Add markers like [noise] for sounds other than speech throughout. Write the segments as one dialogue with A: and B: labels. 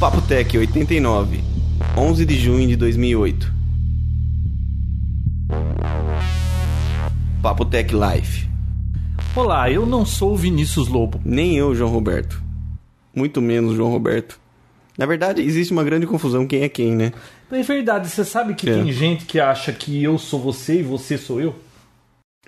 A: Papo Tech 89, 11 de junho de 2008. Papo Tech Live.
B: Olá, eu não sou o Vinícius Lobo.
A: Nem eu, João Roberto. Muito menos João Roberto. Na verdade, existe uma grande confusão quem é quem, né?
B: É verdade, você sabe que
A: É.
B: tem gente que acha que eu sou você e você sou eu?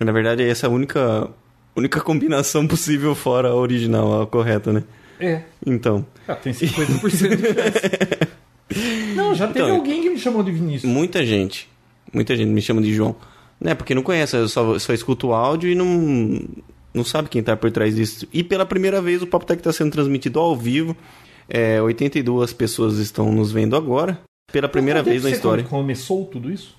A: Na verdade, essa é a única única combinação possível fora a original, a correta, né?
B: É.
A: Então,
B: Ah, tem 50% de chance. [laughs] Não, já teve
A: Então,
B: alguém que me chamou de Vinícius.
A: muita gente, muita gente me chama de João, né? Porque não conhece, eu só, só escuto o áudio e não não sabe quem tá por trás disso. E pela primeira vez o Papo Tech tá sendo transmitido ao vivo. É, 82 pessoas estão nos vendo agora, pela primeira
B: Quanto tempo
A: vez na
B: você
A: história.
B: começou tudo isso?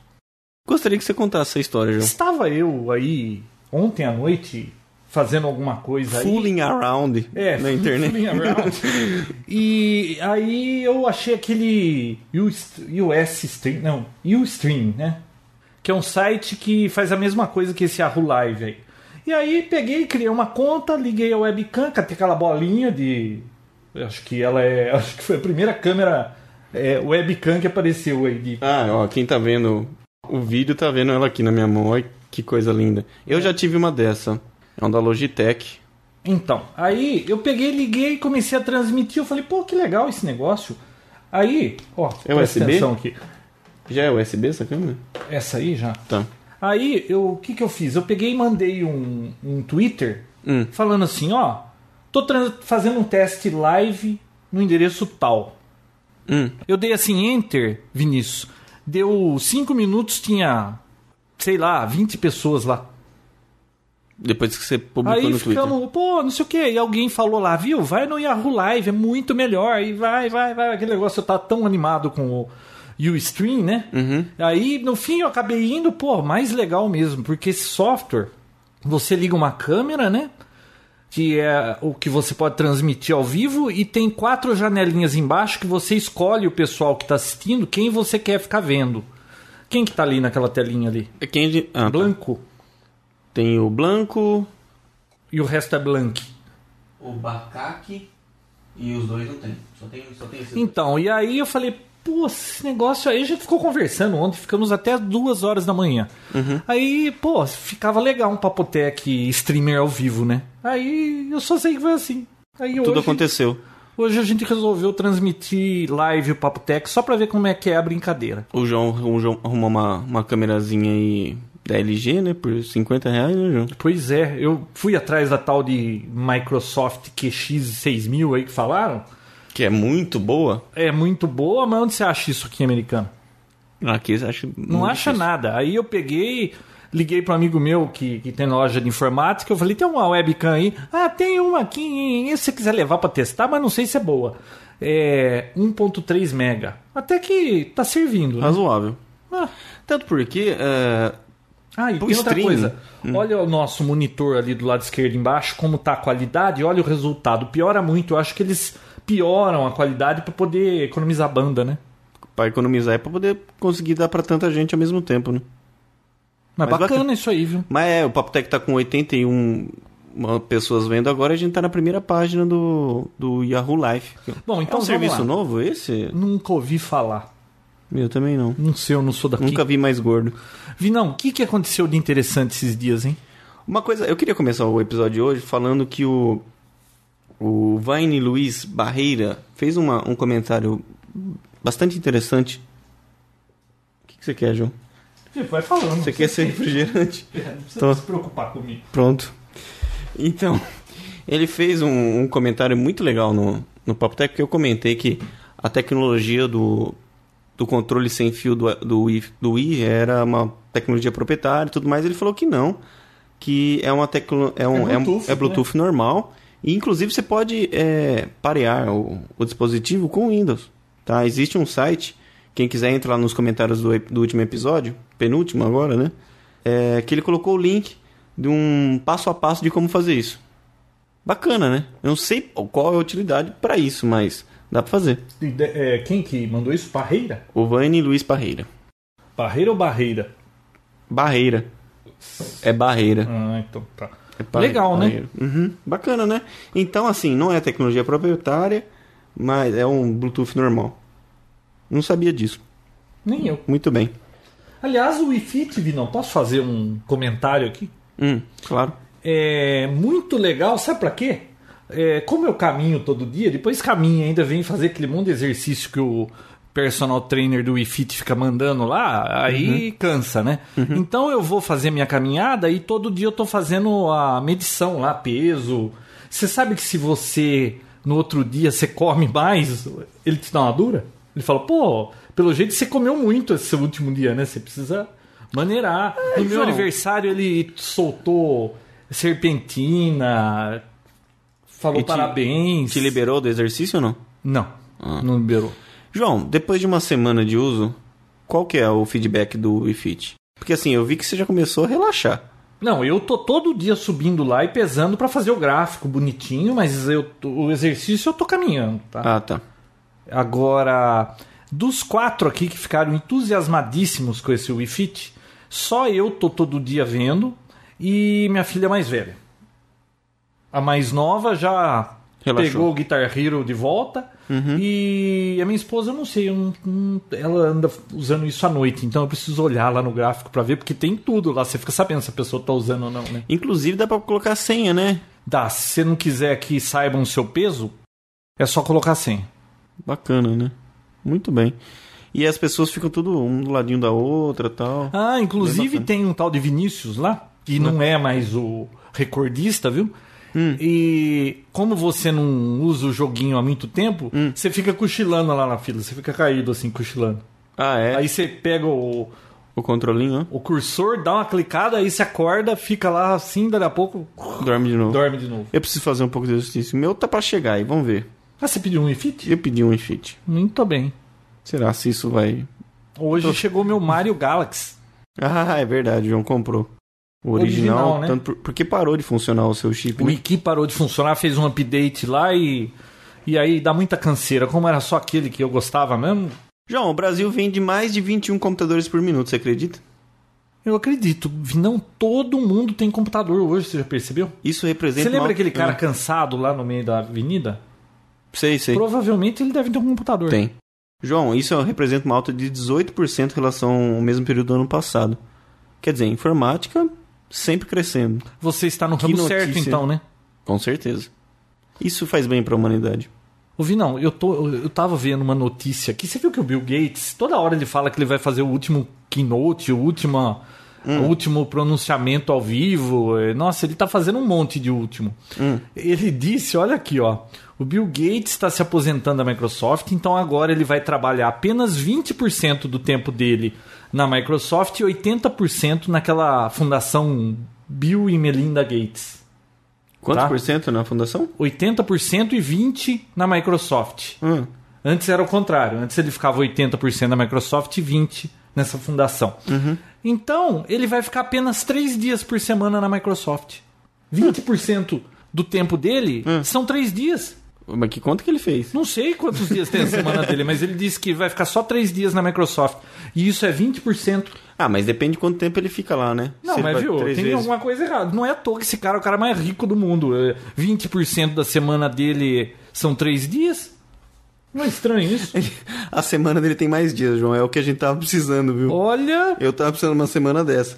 A: Gostaria que você contasse essa história, João.
B: Estava eu aí ontem à noite fazendo alguma coisa aí.
A: Fooling around
B: É, [laughs]
A: na internet.
B: fooling around. e aí eu achei aquele Ust- US Stream, não, Ustream, né? Que é um site que faz a mesma coisa que esse Yahoo Live aí. E aí peguei, criei uma conta, liguei a webcam, catei aquela bolinha de eu acho que ela é, [laughs] acho que foi a primeira câmera é, webcam que apareceu aí de
A: [laughs] Ah, ó, quem tá vendo o vídeo tá vendo ela aqui na minha mão. Olha que coisa linda.
B: É.
A: Eu já tive uma dessa. É uma da Logitech.
B: Então, aí eu peguei, liguei e comecei a transmitir. Eu falei, pô, que legal esse negócio. Aí, ó,
A: É
B: presta
A: USB?
B: atenção aqui.
A: Já é USB essa câmera?
B: Essa aí já.
A: Tá.
B: Aí, eu- o que, que eu fiz? Eu peguei e mandei um, um Twitter
A: Hum.
B: falando assim, ó, tô trans- fazendo um teste live no endereço tal.
A: Hum.
B: Eu dei assim, enter, Vinícius. Deu 5 minutos, tinha, sei lá, 20 pessoas lá.
A: Depois que você publicou
B: Aí
A: no Twitter.
B: ficamos, pô, não sei o que. E alguém falou lá, viu? Vai no Yahoo Live, é muito melhor. E vai, vai, vai. Aquele negócio eu tava tão animado com o Ustream, né?
A: Uhum.
B: Aí, no fim, eu acabei indo, pô, mais legal mesmo. Porque esse software, você liga uma câmera, né? Que é o que você pode transmitir ao vivo. E tem quatro janelinhas embaixo que você escolhe o pessoal que tá assistindo, quem você quer ficar vendo. Quem que tá ali naquela telinha ali?
A: É Quem de... ah, tá.
B: Blanco.
A: Tem o Blanco.
B: E o resto é blank.
A: O Bacaque. E os dois não tem. Só tem, só tem esse.
B: Então, e aí eu falei, pô, esse negócio aí a gente ficou conversando ontem, ficamos até as duas horas da manhã. Aí, pô, ficava legal um papotec streamer ao vivo, né? Aí eu só sei que foi assim. Aí
A: Tudo
B: hoje,
A: aconteceu.
B: hoje a gente resolveu transmitir live o papotec só pra ver como é que é a brincadeira.
A: O João, o João arrumou uma, uma câmerazinha aí da LG, né? Por 50 reais, né, João?
B: Pois é, eu fui atrás da tal de Microsoft QX6000 aí que falaram.
A: Que é muito boa.
B: É muito boa, mas onde você acha isso aqui, americano?
A: Aqui eu acho.
B: Não acha nada. Aí eu peguei, liguei para um amigo meu que, que tem loja de informática. Eu falei: tem uma webcam aí? Ah, tem uma aqui. hein? E se você quiser levar para testar, mas não sei se é boa. É 1,3 mega. Até que tá servindo. né?
A: Razoável.
B: Ah,
A: Tanto porque. é,
B: ah, e
A: Pro Hum.
B: tem outra
A: stream.
B: coisa. Olha o nosso monitor ali do lado esquerdo embaixo, como tá a qualidade. Olha o resultado. Piora muito. Eu acho que eles pioram a qualidade para poder economizar banda, né?
A: Pra economizar é pra poder conseguir dar pra tanta gente ao mesmo tempo, né?
B: Mas,
A: Mas
B: bacana,
A: bacana.
B: isso aí, viu?
A: Mas é, o Papo Tech tá com 81 uma- pessoas vendo agora, a gente tá na primeira página do, do Yahoo Life.
B: Bom, então
A: é um
B: vamos
A: serviço
B: lá.
A: novo esse?
B: Nunca ouvi falar.
A: Eu também não.
B: Não sei, eu não sou daqui.
A: Nunca vi mais gordo.
B: Vinão, o que, que aconteceu de interessante esses dias, hein?
A: Uma coisa, eu queria começar o episódio de hoje falando que o, o Vine Luiz Barreira fez uma- um comentário bastante interessante. O que, que você quer, João?
B: Vai falando.
A: Você quer ser refrigerante?
B: Não precisa
A: Tô.
B: se preocupar comigo.
A: Pronto. Então, [laughs] ele fez um, um comentário muito legal no, no Papo Tech, porque eu comentei que a tecnologia do, do controle sem fio do, do, Wii, do Wii era uma tecnologia proprietária e tudo mais. Ele falou que não, que é uma tecnologia. É, um,
B: É
A: é um-
B: Bluetooth,
A: é Bluetooth normal E, inclusive, você pode é, parear o, o dispositivo com o Windows. Tá? Existe um site, quem quiser entra lá nos comentários do, ep- do último episódio, penúltimo agora, né? É, que ele colocou o link de um passo a passo de como fazer isso. Bacana, né? Eu não sei qual é a utilidade para isso, mas dá para fazer.
B: E de- é, quem que mandou isso? Parreira?
A: O Vane Luiz Parreira.
B: Parreira ou Barreira?
A: Barreira. É barreira.
B: Ah, então tá.
A: É barreira.
B: Legal, né?
A: Barreira. Uhum. Bacana, né? Então, assim, não é tecnologia proprietária, mas é um Bluetooth normal. Não sabia disso.
B: Nem eu.
A: Muito bem.
B: Aliás, o iFit, Vinão, posso fazer um comentário aqui?
A: Hum, claro.
B: É muito legal, sabe pra quê? É, como eu caminho todo dia, depois caminho ainda vem fazer aquele monte de exercício que o personal trainer do iFit fica mandando lá, aí cansa, né? Então eu vou fazer minha caminhada e todo dia eu tô fazendo a medição lá, peso. Você sabe que se você no outro dia você come mais, ele te dá uma dura? Ele fala, pô, pelo jeito você comeu muito esse último dia, né? Você precisa maneirar. no meu
A: João.
B: aniversário ele soltou serpentina, falou
A: E te-
B: parabéns.
A: Te liberou Ah. do exercício ou não?
B: Não, não liberou.
A: João, depois de uma semana de uso, qual que é o feedback do WeFit? Porque assim, eu vi que você já começou a relaxar.
B: Não, eu tô todo dia subindo lá e pesando pra fazer o gráfico bonitinho, mas eu, tô- o exercício eu tô caminhando, tá?
A: Ah, tá.
B: Agora, dos quatro aqui que ficaram entusiasmadíssimos com esse Wii Fit, só eu tô todo dia vendo e minha filha mais velha. A mais nova já
A: Relaxou.
B: pegou o Guitar Hero de volta e a minha esposa, eu não sei, eu não- não- ela anda usando isso à noite, então eu preciso olhar lá no gráfico pra ver, porque tem tudo lá, você fica sabendo se a pessoa tá usando ou não, né?
A: Inclusive dá pra colocar senha, né?
B: Dá, se você não quiser que saibam o seu peso, é só colocar a senha.
A: Bacana, né? Muito bem. E as pessoas ficam tudo um do ladinho da outra tal.
B: Ah, inclusive
A: Bem bacana.
B: tem um tal de Vinícius lá, que não é mais o recordista, viu? E como você não usa o joguinho há muito tempo, você fica cochilando lá na fila, você fica caído assim, cochilando.
A: Ah, é.
B: Aí você pega o,
A: O controlinho, né?
B: o cursor, dá uma clicada, aí você acorda, fica lá assim, dali a pouco
A: ó. Dorme de novo.
B: dorme de novo.
A: Eu preciso fazer um pouco de exercício. O Meu tá pra chegar aí, vamos ver.
B: Ah, você pediu um infit?
A: Eu pedi um infit.
B: Muito bem.
A: Será se isso vai.
B: Hoje chegou meu Mario Galaxy.
A: Ah, é verdade, o João comprou. O original,
B: Original, né?
A: tanto por- porque parou de funcionar o seu chip,
B: O
A: né?
B: Iki parou de funcionar, fez um update lá e. E aí dá muita canseira. Como era só aquele que eu gostava mesmo,
A: João, o Brasil vende mais de 21 computadores por minuto, você acredita?
B: eu acredito. Não todo mundo tem computador hoje, você já percebeu?
A: Isso representa.
B: você lembra
A: uma-
B: aquele cara
A: Ah,
B: cansado lá no meio da avenida?
A: Hum, Sei, sei.
B: Provavelmente ele deve ter um computador.
A: Tem. João, isso é um- representa uma alta de 18% em relação ao mesmo período do ano passado. Quer dizer, a informática sempre crescendo.
B: Você está no
A: Que
B: ramo
A: notícia.
B: certo então, né?
A: Com certeza. Isso faz bem pra humanidade.
B: Ô, Vinão, eu, tô, eu tava vendo uma notícia aqui. Você viu que o Bill Gates, toda hora ele fala que ele vai fazer o último keynote, o, última, o último pronunciamento ao vivo. É, Nossa, ele tá fazendo um monte de último. Ele disse: olha aqui, ó. O Bill Gates está se aposentando da Microsoft, então agora ele vai trabalhar apenas 20% do tempo dele na Microsoft e 80% naquela fundação Bill e Melinda Gates.
A: Quanto
B: Tá.
A: por cento na fundação?
B: 80% e 20% na Microsoft.
A: Hum,
B: Antes era o contrário. Antes ele ficava 80% na Microsoft e 20% nessa fundação. Então, ele vai ficar apenas 3 dias por semana na Microsoft. 20% do tempo dele são 3 dias.
A: mas que conta que ele fez?
B: Não sei quantos dias tem a semana dele, mas ele disse que vai ficar só 3 dias na Microsoft. E isso é 20%.
A: Ah, mas depende de quanto tempo ele fica lá, né?
B: Não,
A: Se ele
B: mas
A: vai
B: viu, tem
A: três vezes-
B: alguma coisa errada. Não é à toa que esse cara é o cara mais rico do mundo. É, 20% da semana dele são 3 dias. Não é estranho isso?
A: [laughs] A semana dele tem mais dias, João. É o que a gente tava precisando, viu?
B: Olha,
A: Eu tava precisando de uma semana dessa.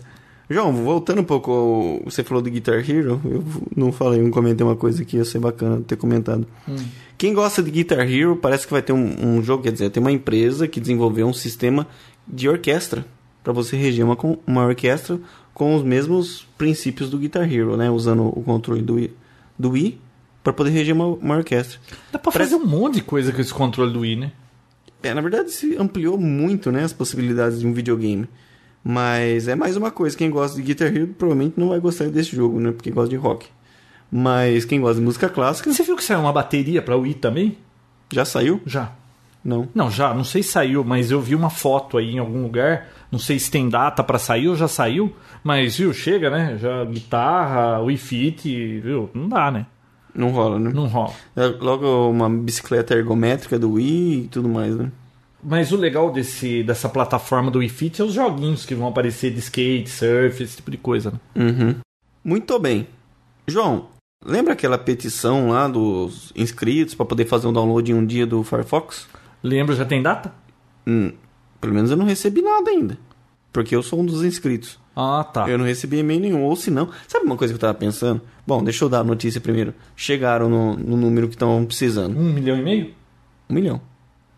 A: João, voltando um pouco ao... Você falou do Guitar Hero. Eu não falei, não comentei uma coisa que ia ser bacana ter comentado. Quem gosta de Guitar Hero, parece que vai ter um, um jogo, quer dizer, tem uma empresa que desenvolveu um sistema de orquestra para você reger uma, com- uma orquestra com os mesmos princípios do Guitar Hero, né? Usando o controle do Wii, do Wii para poder reger uma, uma orquestra.
B: Dá pra
A: Parece-
B: fazer um monte de coisa com esse controle do Wii, né?
A: É, na verdade se ampliou muito, né, as possibilidades de um videogame. Mas é mais uma coisa, quem gosta de Guitar Hero provavelmente não vai gostar desse jogo, né, porque gosta de rock. Mas quem gosta de música clássica,
B: Você viu que saiu uma bateria pra Wii também?
A: já saiu?
B: Já.
A: Não.
B: Não, já, não sei se saiu, mas eu vi uma foto aí em algum lugar. Não sei se tem data pra sair ou já saiu, mas viu, chega, né? Já guitarra, Wii Fit, viu? Não dá, né?
A: Não rola, né?
B: Não rola.
A: É Logo uma bicicleta ergométrica do Wii e tudo mais, né?
B: Mas o legal desse, dessa plataforma do Wii Fit é os joguinhos que vão aparecer de skate, surf, esse tipo de coisa, né?
A: Uhum. Muito bem. João, lembra aquela petição lá dos inscritos para poder fazer um download em um dia do Firefox?
B: Lembra, já tem data?
A: Hum, pelo menos eu não recebi nada ainda. Porque eu sou um dos inscritos.
B: Ah, tá.
A: Eu não recebi e-mail nenhum, ou se não. Sabe uma coisa que eu tava pensando? Bom, deixa eu dar a notícia primeiro. Chegaram no, no número que estão precisando.
B: Um milhão e meio?
A: Um milhão.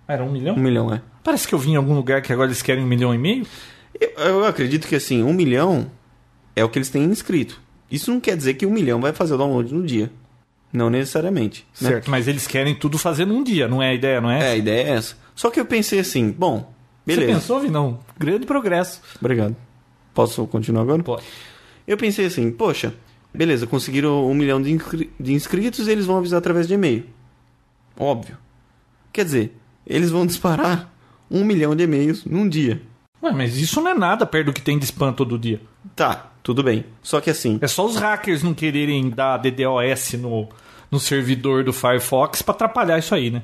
B: Ah, Era um milhão?
A: Um milhão, é.
B: Parece que eu vi em algum lugar que agora eles querem um milhão e meio.
A: Eu, eu acredito que assim, um milhão é o que eles têm inscrito. Isso não quer dizer que um milhão vai fazer o download no dia. Não necessariamente. né?
B: Certo. Mas eles querem tudo fazer num dia, não é a ideia, não é?
A: É, a ideia é essa. Só que eu pensei assim, bom,
B: Você
A: beleza.
B: pensou, Vinão? Grande progresso.
A: Obrigado. Posso continuar agora?
B: Pode.
A: Eu pensei assim, poxa, beleza, conseguiram um milhão de, inscri- de inscritos e eles vão avisar através de e-mail. Óbvio. Quer dizer, eles vão disparar um milhão de e-mails num dia.
B: Ué, mas isso não é nada perto do que tem de spam todo dia.
A: Tá, tudo bem. Só que assim,
B: É só os hackers não quererem dar DDoS no, no servidor do Firefox pra atrapalhar isso aí, né?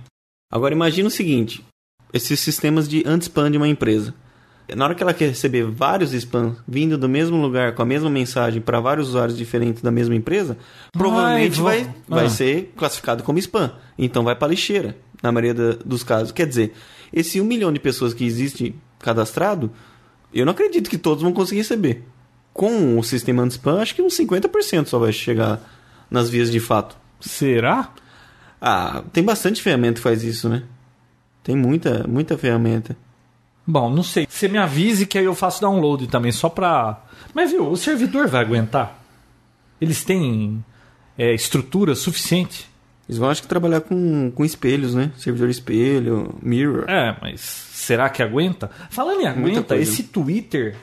A: Agora imagina o seguinte: esses sistemas de anti-spam de uma empresa. Na hora que ela quer receber vários spams vindo do mesmo lugar com a mesma mensagem para vários usuários diferentes da mesma empresa, provavelmente
B: vai-
A: vai, vai
B: Ah.
A: ser classificado como spam. Então vai para lixeira, na maioria da- dos casos. Quer dizer, esse um milhão de pessoas que existe cadastrado, eu não acredito que todos vão conseguir receber. Com o sistema anti-spam, acho que uns 50% só vai chegar nas vias de fato.
B: Será?
A: Ah, tem bastante ferramenta que faz isso, né? Tem muita, muita ferramenta.
B: Bom, não sei. Você me avise que aí eu faço download também, só pra. Mas viu, o servidor vai aguentar? Eles têm é, estrutura suficiente?
A: Eles vão, acho que, trabalhar com, com espelhos, né? Servidor espelho, mirror.
B: É, mas será que aguenta? Falando em
A: Muita
B: aguenta,
A: coisa.
B: esse Twitter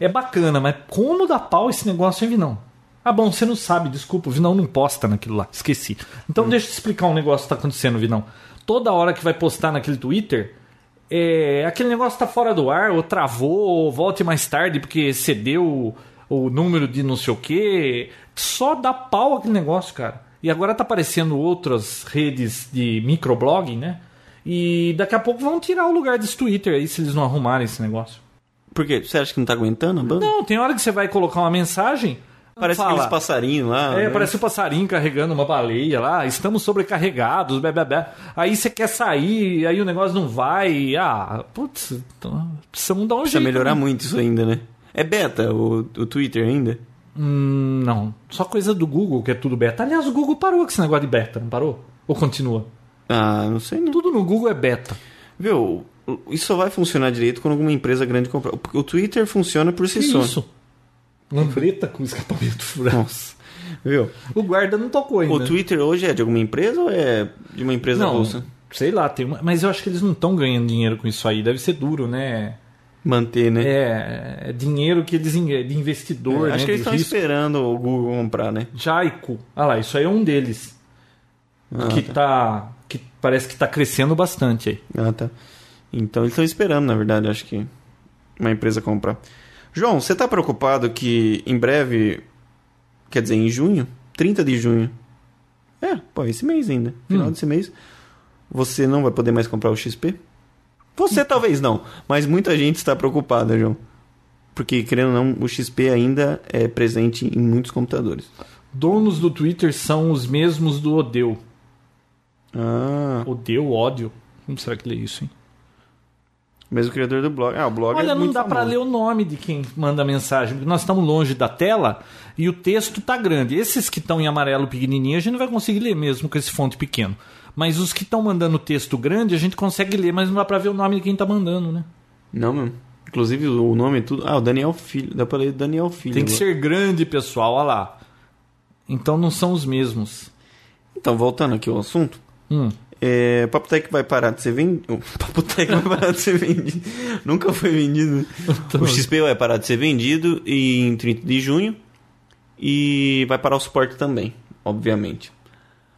B: é bacana, mas como dá pau esse negócio, hein, Vinão? Ah, bom, você não sabe, desculpa, o Vinão não posta naquilo lá, esqueci. Então deixa eu te explicar um negócio que tá acontecendo, Vinão. Toda hora que vai postar naquele Twitter, é, aquele negócio tá fora do ar, ou travou, ou volte mais tarde porque excedeu o, o número de não sei o quê. Só dá pau aquele negócio, cara. E agora tá aparecendo outras redes de microblogging, né? E daqui a pouco vão tirar o lugar desse Twitter aí se eles não arrumarem esse negócio.
A: Por quê? Você acha que não tá aguentando a banda?
B: Não, tem hora que você vai colocar uma mensagem.
A: Parece
B: fala,
A: aqueles passarinhos lá.
B: É,
A: né?
B: parece um passarinho carregando uma baleia lá. Estamos sobrecarregados, bé, bé, bé. Aí você quer sair, aí o negócio não vai. Ah, putz, então, precisamos dar um
A: Precisa
B: jeito.
A: melhorar
B: né?
A: muito isso ainda, né? É beta o, o Twitter ainda?
B: Hum, não, só coisa do Google que é tudo beta. Aliás, o Google parou com esse negócio de beta, não parou? Ou continua?
A: Ah, não sei não.
B: Tudo no Google é beta.
A: Viu, isso só vai funcionar direito quando alguma empresa grande comprar. Porque O Twitter funciona por si
B: Que
A: só.
B: isso? Lambreta com escapamento furado.
A: Nossa. Viu?
B: O guarda não tocou ainda.
A: O Twitter hoje é de alguma empresa ou é de uma empresa
B: não,
A: russa?
B: sei lá, tem uma... mas eu acho que eles não estão ganhando dinheiro com isso aí. Deve ser duro, né?
A: Manter, né?
B: É, é dinheiro que eles in- de investidor,
A: É,
B: né?
A: acho que eles
B: de
A: estão
B: risco.
A: esperando o Google comprar, né?
B: Jaico. Ah lá, isso aí é um deles
A: Ah,
B: que tá que parece que tá crescendo bastante aí.
A: Ah, tá. Então eles estão esperando, na verdade, acho que uma empresa comprar. João, você tá preocupado que em breve, quer dizer, em junho, 30 de junho, é, pô, esse mês ainda, final
B: Hum.
A: desse mês, você não vai poder mais comprar o XP?
B: Então.
A: Você talvez não, mas muita gente está preocupada, João. Porque, querendo ou não, o XP ainda é presente em muitos computadores.
B: Donos do Twitter são os mesmos do Odeu.
A: Ah,
B: Odeu, ódio. Como será que lê isso, hein?
A: mesmo criador do blog. Ah, o blog
B: Olha,
A: é
B: não
A: muito
B: dá pra
A: famoso.
B: ler o nome de quem manda a mensagem, porque nós estamos longe da tela e o texto tá grande. Esses que estão em amarelo pequenininho, a gente não vai conseguir ler mesmo com esse fonte pequeno. Mas os que estão mandando texto grande, a gente consegue ler, mas não dá pra ver o nome de quem tá mandando, né?
A: Não, meu. Inclusive o nome e tudo. Ah, o Daniel Filho. Dá pra ler Daniel Filho.
B: Tem que
A: agora.
B: ser grande, pessoal, olha lá. Então não são os mesmos.
A: Então, voltando aqui ao assunto.
B: Hum.
A: É, Papotec vai parar de ser vendido. [laughs] O Papotec vai parar de ser vendido. Nunca foi vendido.
B: Então.
A: O XP vai parar de ser vendido em 30 de junho. E vai parar o suporte também. obviamente.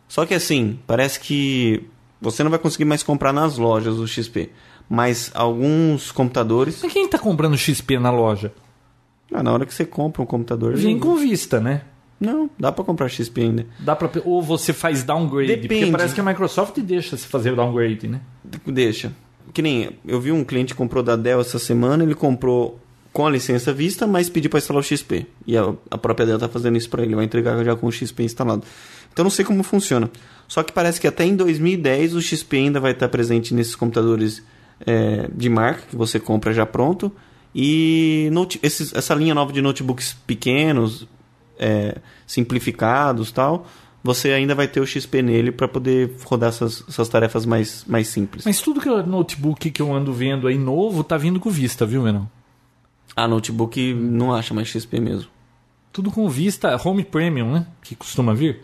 A: Só que assim, parece que você não vai conseguir mais comprar nas lojas o XP. Mas alguns computadores.
B: Mas quem tá comprando XP na loja?
A: Ah, na hora que você compra um computador.
B: Vem com vista, né?
A: Não, dá pra comprar XP ainda.
B: Dá pra, ou você faz downgrade, porque
A: Depende.
B: parece que a Microsoft deixa você fazer o downgrade, né?
A: Deixa. Que nem eu vi um cliente que comprou da Dell essa semana, ele comprou com a licença vista, mas pediu para instalar o XP. E a, a própria Dell tá fazendo isso para ele, vai entregar já com o XP instalado. Então não sei como funciona. Só que parece que até em 2010 o XP ainda vai estar presente nesses computadores é, de marca que você compra já pronto. E note- esses- essa linha nova de notebooks pequenos, é, simplificados tal, você ainda vai ter o XP nele para poder rodar essas, essas tarefas mais, mais simples.
B: Mas tudo que é notebook que eu ando vendo aí novo tá vindo com vista, viu, Menão?
A: A Ah, notebook não acha mais XP mesmo.
B: Tudo com vista home premium, né? Que costuma vir.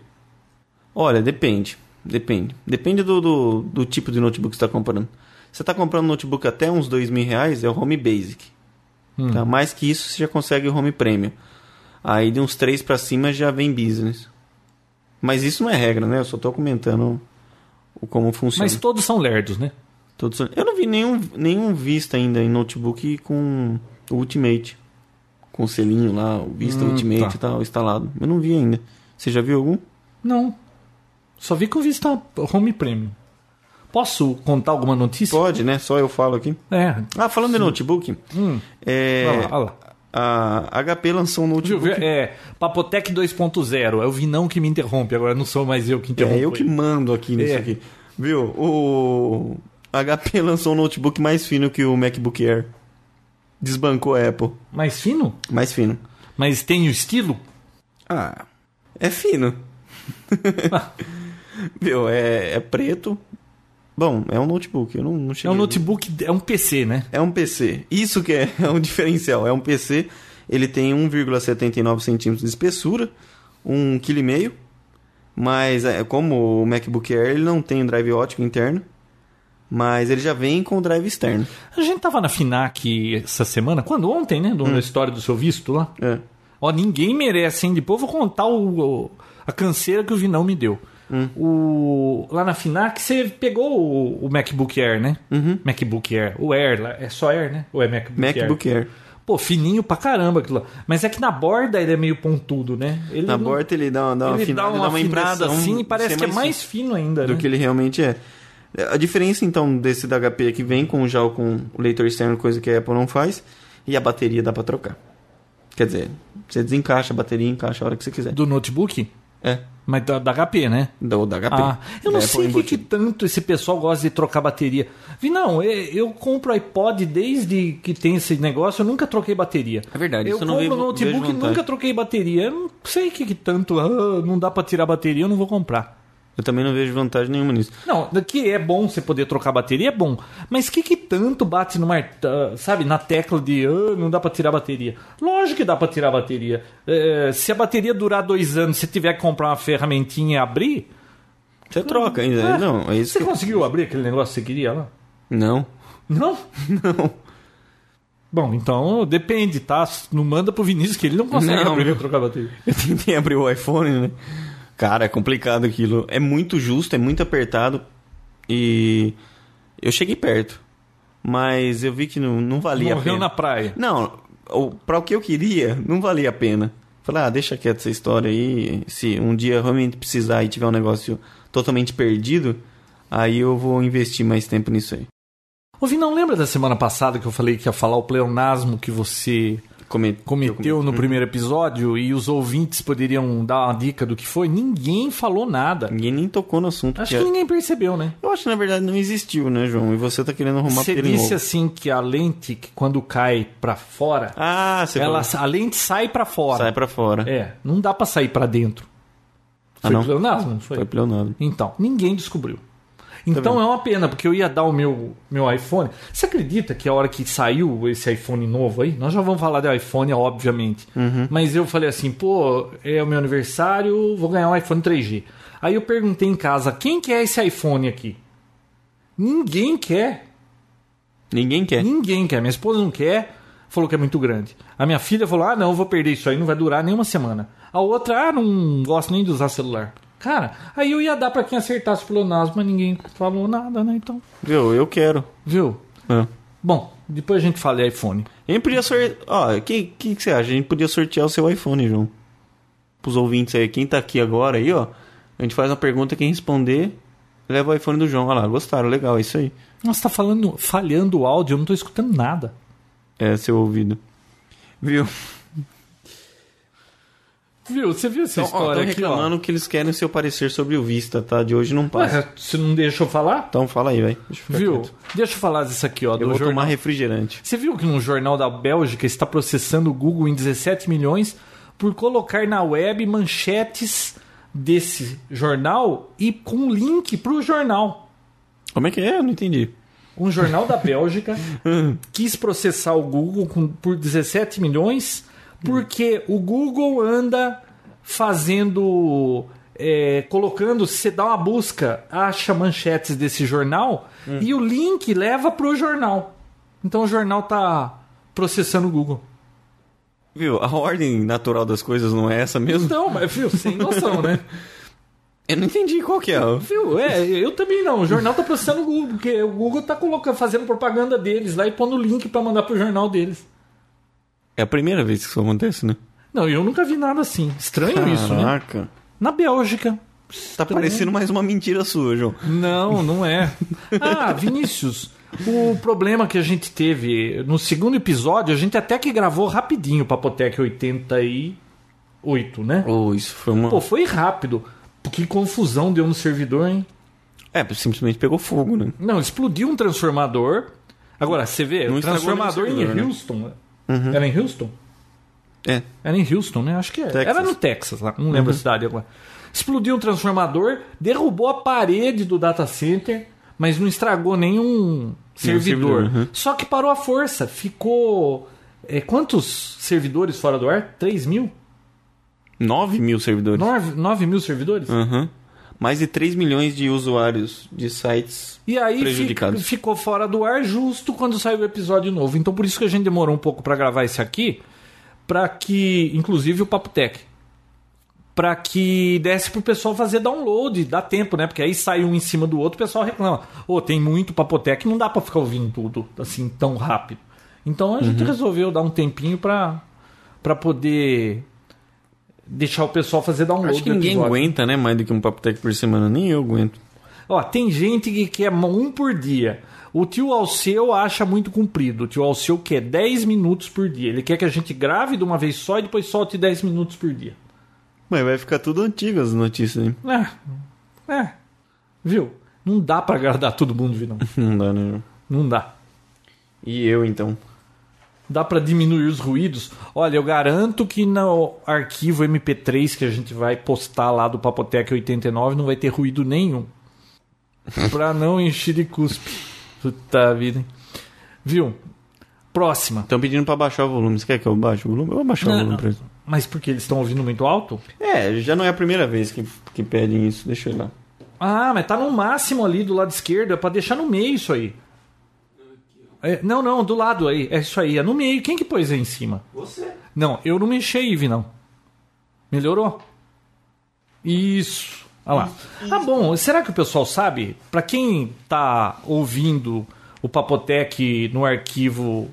A: Olha, depende. Depende. Depende do, do, do tipo de notebook que você está comprando. Você está comprando notebook até uns dois mil reais, é o Home Basic.
B: Hum.
A: Tá? Mais que isso, você já consegue o Home Premium. Aí de uns três para cima já vem Business. Mas isso não é regra, né? Eu só estou comentando o como funciona.
B: Mas todos são lerdos, né?
A: Todos- Eu não vi nenhum, nenhum Vista ainda em notebook com o Ultimate. Com o selinho lá, o Vista
B: Hum,
A: Ultimate
B: tá.
A: e tal, instalado. Eu não vi ainda. Você já viu algum?
B: Não. Só vi com vista home premium. Posso contar alguma notícia?
A: Pode, né? Só eu falo aqui.
B: É.
A: Ah, falando de notebook,
B: Hum.
A: é,
B: Olha lá, olha lá.
A: a HP lançou um
B: Viu,
A: notebook.
B: viu? É, Papotec 2.0. É o Vinão que me interrompe. Agora não sou mais eu que interrompo.
A: É eu que
B: ele.
A: mando aqui nisso
B: É.
A: aqui. Viu? O a HP [laughs] lançou um notebook mais fino que o MacBook Air. Desbancou a Apple.
B: Mais fino?
A: Mais fino.
B: Mas tem o estilo?
A: Ah, é
B: [laughs]
A: fino. [laughs] Viu, é, é preto. Bom, é um notebook, eu não, não
B: É
A: cheguei.
B: um notebook, é um PC, né?
A: É um PC. Isso que é, [laughs] é um diferencial. É um PC, ele tem 1,79 centímetros de espessura, 1,5 kg. Mas é, como o MacBook Air, ele não tem um drive ótico interno. Mas ele já vem com drive externo.
B: A gente tava na FINAC essa semana, quando? Ontem, né?
A: Hum.
B: Na história do seu visto lá.
A: É.
B: Ó, ninguém merece, hein? Depois eu vou contar o, o- a canseira que o Vinão me deu.
A: Hum.
B: O, lá na FINAC você pegou o, o MacBook Air, né?
A: Uhum.
B: MacBook Air. O Air, lá, é só Air, né? Ou é MacBook,
A: MacBook Air.
B: Air? Pô, fininho pra caramba aquilo lá. Mas é que na borda ele é meio pontudo, né? Ele
A: Na
B: não-
A: borda ele dá, dá uma
B: ele
A: afinada,
B: dá
A: dá uma
B: afinada
A: impressão
B: assim e
A: de
B: parece
A: ser
B: que é mais fino ainda,
A: do
B: né?
A: que ele realmente é. A diferença então desse da HP que vem com já o- com o leitor externo, coisa que a Apple não faz, e a bateria dá pra trocar. Quer dizer, você desencaixa a bateria, encaixa a hora que você quiser.
B: Do notebook?
A: É,
B: Mas da, da HP, né?
A: do, da HP.
B: Ah, eu não
A: Da
B: sei o
A: Apple é
B: que, que
A: embutida.
B: tanto esse pessoal gosta de trocar bateria. Vi, não, e- eu compro iPod desde que tem esse negócio, eu nunca troquei bateria.
A: É verdade,
B: eu
A: isso eu não
B: compro
A: vejo- vejo
B: notebook e
A: vantagem.
B: nunca troquei bateria. Eu não sei o que, que tanto, ah, não dá pra tirar bateria, eu não vou comprar.
A: Eu também não vejo vantagem nenhuma nisso.
B: Não, que é bom você poder trocar bateria, é bom. Mas que que tanto bate no mar- ah, sabe, na tecla de ah, não dá pra tirar bateria? Lógico que dá pra tirar bateria. É, se a bateria durar dois anos, se tiver que comprar uma ferramentinha e abrir,
A: Você troca ainda,
B: Ah,
A: não, é isso
B: Você
A: que... eu-
B: conseguiu abrir aquele negócio que você queria lá?
A: Não. [laughs]
B: Não? Não. Bom, então depende, tá? Não manda pro Vinícius que ele não consegue
A: Não,
B: abrir
A: meu.
B: pra trocar bateria.
A: Eu tentei abrir o iPhone, né? Cara, é complicado aquilo. É muito justo, é muito apertado. E eu cheguei perto. Mas eu vi que não, não valia a
B: Morreu
A: pena.
B: na praia.
A: Não, o- pra o que eu queria, não valia a pena. Falei, ah, deixa quieto essa história aí. Se um dia eu realmente precisar e tiver um negócio totalmente perdido, aí eu vou investir mais tempo nisso aí.
B: Ô, Vinão, lembra da semana passada que eu falei que ia falar o pleonasmo que você
A: Come-
B: cometeu no primeiro episódio e os ouvintes poderiam dar uma dica do que foi? Ninguém falou nada.
A: Ninguém nem tocou no assunto.
B: Acho
A: porque-
B: que ninguém percebeu, né?
A: Eu acho que na verdade não existiu, né, João? E você tá querendo arrumar
B: Você
A: pelo em
B: disse
A: ovo.
B: assim que a lente, que quando cai pra fora,
A: Ah, você
B: ela,
A: falou.
B: a lente sai pra fora.
A: sai pra fora.
B: É, não dá pra sair pra dentro.
A: Ah,
B: foi
A: não?
B: pleonasmo, não foi?
A: Foi pleonado.
B: Então, ninguém descobriu. Então é uma pena, porque eu ia dar o meu, meu iPhone. Você acredita que a hora que saiu esse iPhone novo aí? Nós já vamos falar de iPhone, obviamente.
A: Uhum.
B: Mas eu falei assim, pô, é o meu aniversário, vou ganhar um iPhone 3G. Aí eu perguntei em casa, quem quer esse iPhone aqui? Ninguém quer.
A: Ninguém quer.
B: Hum? Ninguém quer. Minha esposa não quer. falou que é muito grande. A minha filha falou: ah, não, eu vou perder isso aí, não vai durar nem uma semana. A outra, ah, não gosto nem de usar celular. Cara, aí eu ia dar pra quem acertasse o pleonasmo, mas ninguém falou nada, né? Então,
A: Viu? Eu quero.
B: viu?
A: É.
B: Bom, depois a gente fala de iPhone.
A: A gente podia sortear. Ó, quem, quem que você acha? A gente podia sortear o seu iPhone, João. Pros ouvintes aí, quem tá aqui agora aí, ó. A gente faz uma pergunta, quem responder leva o iPhone do João. Olha lá, gostaram, legal, é isso aí.
B: Nossa, tá falando, falhando o áudio, eu não tô escutando nada.
A: É, seu ouvido. Viu?
B: Viu? Você viu essa
A: [laughs] Então, ó, tão
B: história aqui, ó?
A: reclamando que eles querem o seu parecer sobre o Vista, tá? De hoje não passa.
B: Ué, você não deixa eu falar?
A: Então fala aí, velho. Deixa eu ficar
B: Viu?
A: quieto.
B: Deixa eu falar disso aqui, ó. do
A: Eu vou
B: jornal.
A: tomar refrigerante.
B: Você viu que um jornal da Bélgica está processando o Google em 17 milhões por colocar na web manchetes desse jornal e com link para o jornal.
A: Como é que é? Eu não entendi.
B: Um jornal da Bélgica quis processar o Google com- por 17 milhões porque o Google anda fazendo. é, colocando, se você dá uma busca, acha manchetes desse jornal e o link leva pro jornal. Então o jornal tá processando o Google.
A: Viu? A ordem natural das coisas não é essa mesmo?
B: Então, mas viu, sem noção, né?
A: Eu não entendi qual que é. ó.
B: Viu? É, eu também não. O jornal tá processando o Google, porque o Google tá colocando, fazendo propaganda deles lá e pondo link pra mandar pro jornal deles.
A: É a primeira vez que isso acontece, né?
B: Não, eu nunca vi nada assim. Estranho isso, né?
A: Caraca.
B: Na Bélgica.
A: Tá parecendo mais uma mentira sua, João.
B: Não, não é. Ah, Vinícius, o problema que a gente teve no segundo episódio, a gente até que gravou rapidinho o Papotec 88, né?
A: Oh, isso foi uma.
B: Pô, foi rápido. Que confusão deu no servidor, hein?
A: É, simplesmente pegou fogo, né?
B: Não, explodiu um transformador. Agora, você vê,
A: Não
B: o
A: estragou
B: transformador
A: nenhum servidor,
B: em
A: né?
B: Houston. Era em Houston?
A: É.
B: Era em Houston, né? Acho que era.
A: Texas.
B: Era no Texas, Uhum. lá. não lembro a cidade agora. Explodiu um transformador, derrubou a parede do data center, mas não estragou nenhum
A: servidor,
B: servidor.
A: uhum.
B: Só que parou a força. Ficou. é, quantos servidores fora do ar? 3 mil?
A: 9 mil servidores.
B: 9, mil servidores?
A: Aham. Mais de 3 milhões de usuários de sites.
B: E aí
A: Prejudicados.
B: fica- ficou fora do ar justo quando saiu o episódio novo. Então por isso que a gente demorou um pouco pra gravar esse aqui, pra que, inclusive o Papo Tech, para que desse pro pessoal fazer download, dá tempo, né? Porque aí sai um em cima do outro, o pessoal reclama. Ô, tem muito Papotec, não dá pra ficar ouvindo tudo assim tão rápido. Então a gente resolveu dar um tempinho pra para poder deixar o pessoal fazer download.
A: Acho que
B: do
A: ninguém
B: episódio.
A: aguenta, né? Mais do que um papo tech por semana. Nem eu aguento.
B: Ó, tem gente que quer um por dia. O tio Alceu acha muito comprido. O tio Alceu quer 10 minutos por dia. Ele quer que a gente grave de uma vez só e depois solte 10 minutos por dia.
A: Mas vai ficar tudo antiga as notícias, né?
B: É. É. Viu? Não dá pra agradar todo mundo, Vinão.
A: Não dá, né? João?
B: Não dá.
A: E eu, então?
B: Dá pra diminuir os ruídos. Olha, eu garanto que no arquivo MP3 que a gente vai postar lá do Papotec 89 não vai ter ruído nenhum. pra não encher de cuspe. Puta vida. hein? Viu? Próxima.
A: Estão pedindo pra baixar o volume. Você quer que eu baixe o volume? Eu vou baixar o
B: Não.
A: volume pra eles.
B: Mas porque eles estão ouvindo muito alto?
A: É, já não é a primeira vez que, que pedem isso. Deixa eu ir lá.
B: Ah, mas tá no máximo ali do lado esquerdo. É pra deixar no meio isso aí. É, não, não, do lado aí. É isso aí. É no meio. Quem que pôs aí em cima?
A: Você?
B: Não, eu não mexi aí, Vi, não. Melhorou? Isso. Olha lá. Ah, bom, será que o pessoal sabe? Pra quem tá ouvindo o Papotec no arquivo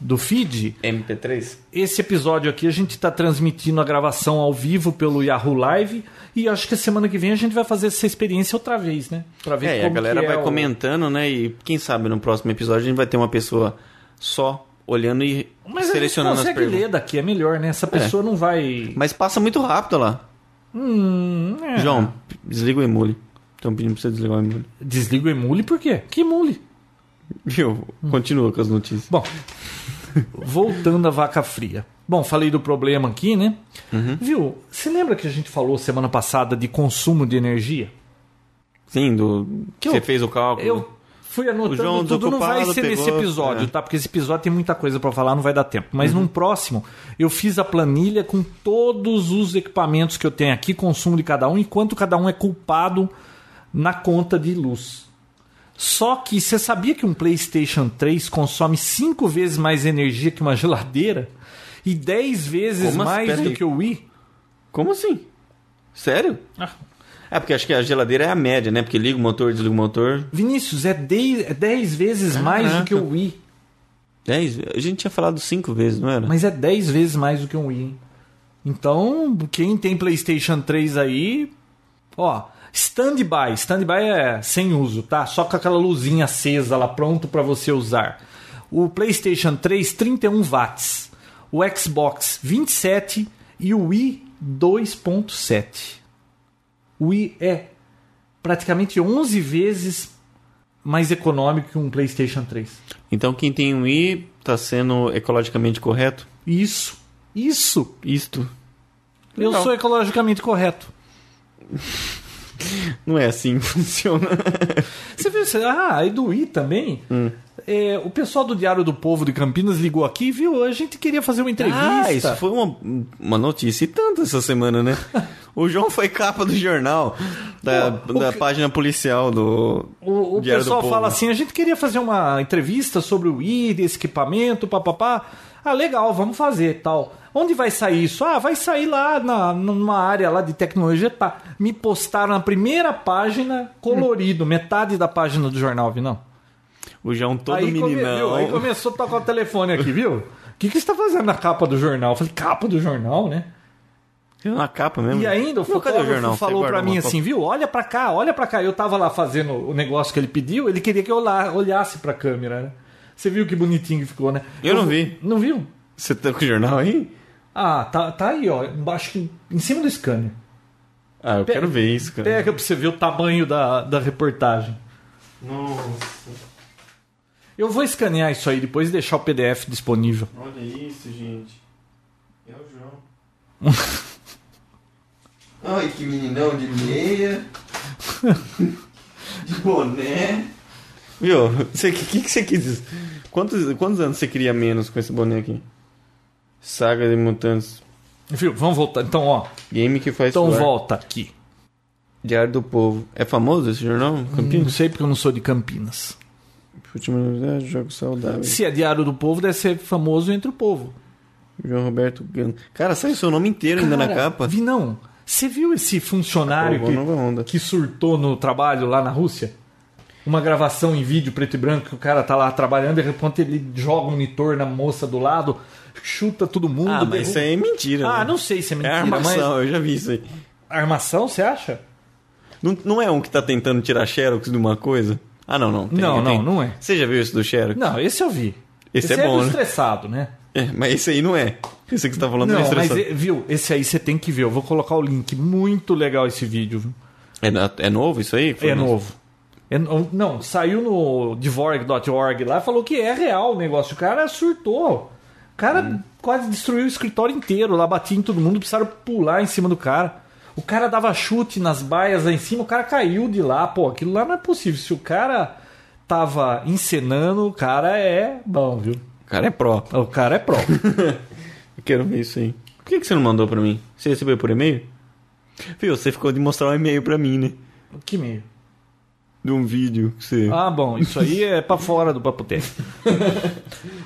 B: do feed,
A: MP3?
B: esse episódio aqui a gente tá transmitindo a gravação ao vivo pelo Yahoo Live e acho que semana que vem a gente vai fazer essa experiência outra vez, né? Pra ver
A: É,
B: como
A: a galera
B: que é
A: vai
B: o-
A: comentando, né? E quem sabe no próximo episódio a gente vai ter uma pessoa só olhando e
B: Mas a gente
A: selecionando as
B: consegue
A: perguntas.
B: ler daqui, é melhor, né? Essa pessoa não vai...
A: Mas passa muito rápido olha lá.
B: Hum, é.
A: João, p- desliga o emule. Estão pedindo pra você desligar o emule.
B: Desliga o emule por quê? Que emule?
A: Viu?
B: Hum.
A: Continua com as notícias. [laughs]
B: Bom, voltando à vaca fria. Bom, falei do problema aqui, né?
A: Uhum.
B: Viu? Você lembra que a gente falou semana passada de consumo de energia?
A: Sim, do...
B: Que
A: você
B: eu-
A: fez o cálculo.
B: Eu fui anotando
A: O João
B: tudo, não vai
A: desocupado
B: ser nesse
A: pegou,
B: episódio,
A: é. Uhum.
B: tá? Porque esse episódio tem muita coisa pra falar, não vai dar tempo. Mas num próximo, eu fiz a planilha com todos os equipamentos que eu tenho aqui, consumo de cada um, e quanto cada um é culpado na conta de luz. Só que você sabia que um PlayStation 3 consome 5 vezes mais energia que uma geladeira e 10 vezes
A: Como assim?
B: mais
A: Pera
B: do
A: aí.
B: que o Wii?
A: Como assim? Sério?
B: Ah.
A: É, porque acho que a geladeira é a média, né? Porque liga o motor, desliga o motor.
B: Vinícius, é 10, é 10 vezes mais do que o Wii.
A: 10? A gente tinha falado cinco vezes, não era?
B: Mas é 10 vezes mais do que um Wii. hein? Então, quem tem PlayStation 3 aí, ó, standby, standby é sem uso, tá? Só com aquela luzinha acesa lá pronto pra você usar. O PlayStation 3 31 watts, o Xbox 27 e o Wii 2.7. O Wii é praticamente 11 vezes mais econômico que um PlayStation 3.
A: Então quem tem um i tá sendo ecologicamente correto?
B: Isso, isso
A: Isto.
B: Eu
A: Legal.
B: sou ecologicamente correto.
A: Não é assim que [laughs] funciona.
B: Você viu? você- Ah, e do Wii também.
A: Hum.
B: É, o pessoal do Diário do Povo de Campinas ligou aqui e viu? A gente queria fazer uma entrevista.
A: Ah, isso foi uma, uma notícia e tanto essa semana,
B: [laughs]
A: né? o João foi capa do jornal, da,
B: Pô, o
A: da
B: que-
A: página policial do
B: O, o
A: Diário do
B: pessoal
A: Povo. né?
B: fala assim: a gente queria fazer uma entrevista sobre o Wii, desse equipamento, papapá. Ah, legal, vamos fazer tal. Onde vai sair isso? Ah, vai sair lá na, numa área lá de tecnologia. Pá. Me postaram na primeira página,
A: Hum.
B: colorido, metade da página do jornal, não?
A: O João todo
B: aí come-
A: meninão.
B: viu? Aí começou a tocar o telefone aqui, viu? O que, que você tá fazendo na capa do jornal? Eu falei, capa do jornal, né?
A: Na capa mesmo.
B: E ainda o
A: Não, cadê
B: fotógrafo
A: jornal? Você
B: falou
A: guardou
B: pra
A: uma
B: mim assim, viu? Olha pra cá, olha pra cá. Eu tava lá fazendo o negócio que ele pediu, ele queria que eu lá- olhasse pra câmera, né? Você viu que bonitinho que ficou, né?
A: Eu não vi.
B: Não viu?
A: cópia? Você tá com o jornal aí?
B: Ah, tá, tá aí, ó. Embaixo, que- em cima do scanner.
A: Ah, eu
B: Pe-
A: quero ver isso, cara.
B: Pega pra você ver o tamanho da, da reportagem.
A: Nossa,
B: Eu vou escanear isso aí depois e deixar o PDF disponível.
A: olha isso, gente. É o João. [laughs] Ai, que meninão de [laughs] meia. de boné. Viu? O que, que, que você quis? Quantos, quantos anos você queria menos com esse boné aqui? Saga de Mutantes.
B: Viu? Vamos voltar. Então, ó.
A: Game que faz
B: Então
A: suar.
B: volta aqui.
A: Diário do Povo. É famoso esse jornal?
B: Não
A: Campinas?
B: sei porque eu não sou de Campinas.
A: Última novidade, jogos saudáveis.
B: Se é Diário do Povo, deve ser famoso entre o povo.
A: João Roberto Gano. Cara, sai o seu nome inteiro ainda na
B: Cara,
A: capa.
B: Vi, não. Você viu esse funcionário
A: Pô, nova onda.
B: que, que surtou no trabalho lá na Rússia? Uma gravação em vídeo preto e branco que o cara tá lá trabalhando e de repente ele joga um monitor na moça do lado, chuta todo mundo.
A: Ah, mas isso
B: derruba-
A: aí é mentira.
B: Ah,
A: né?
B: não sei se é
A: É
B: mentira,
A: armação, eu já vi isso aí.
B: mas... Armação, você acha?
A: Não, não é um que tá tentando tirar xerox de uma coisa? Ah, não, não. tem-
B: Não,
A: tem.
B: não, não é.
A: Você já viu isso do xerox?
B: Não, esse eu vi.
A: Esse é bom,
B: do
A: né?
B: estressado, né?
A: É, mas esse aí não é. Esse que você tá falando
B: Não,
A: é
B: mas,
A: estressante.
B: eh, viu, esse aí você tem que ver. Eu vou colocar o link. Muito legal esse vídeo, viu?
A: É, na- é novo isso aí?
B: É novo. É no- não, saiu no divorg.org lá, falou que é real o negócio. O cara surtou. O cara quase destruiu o escritório inteiro. Lá batia em todo mundo, precisaram pular em cima do cara. O cara dava chute nas baias lá em cima, o cara caiu de lá. Pô, aquilo lá não é possível. Se o cara tava encenando, o cara é bom, viu?
A: O cara é pró.
B: O cara é pró.
A: Eu quero ver isso aí. Por que, que você não mandou pra mim? Você recebeu por e-mail? Viu, você ficou de mostrar um e-mail pra mim, né?
B: [laughs] que meio.
A: De um vídeo que você...
B: Ah, bom, isso aí é pra fora do Papotec.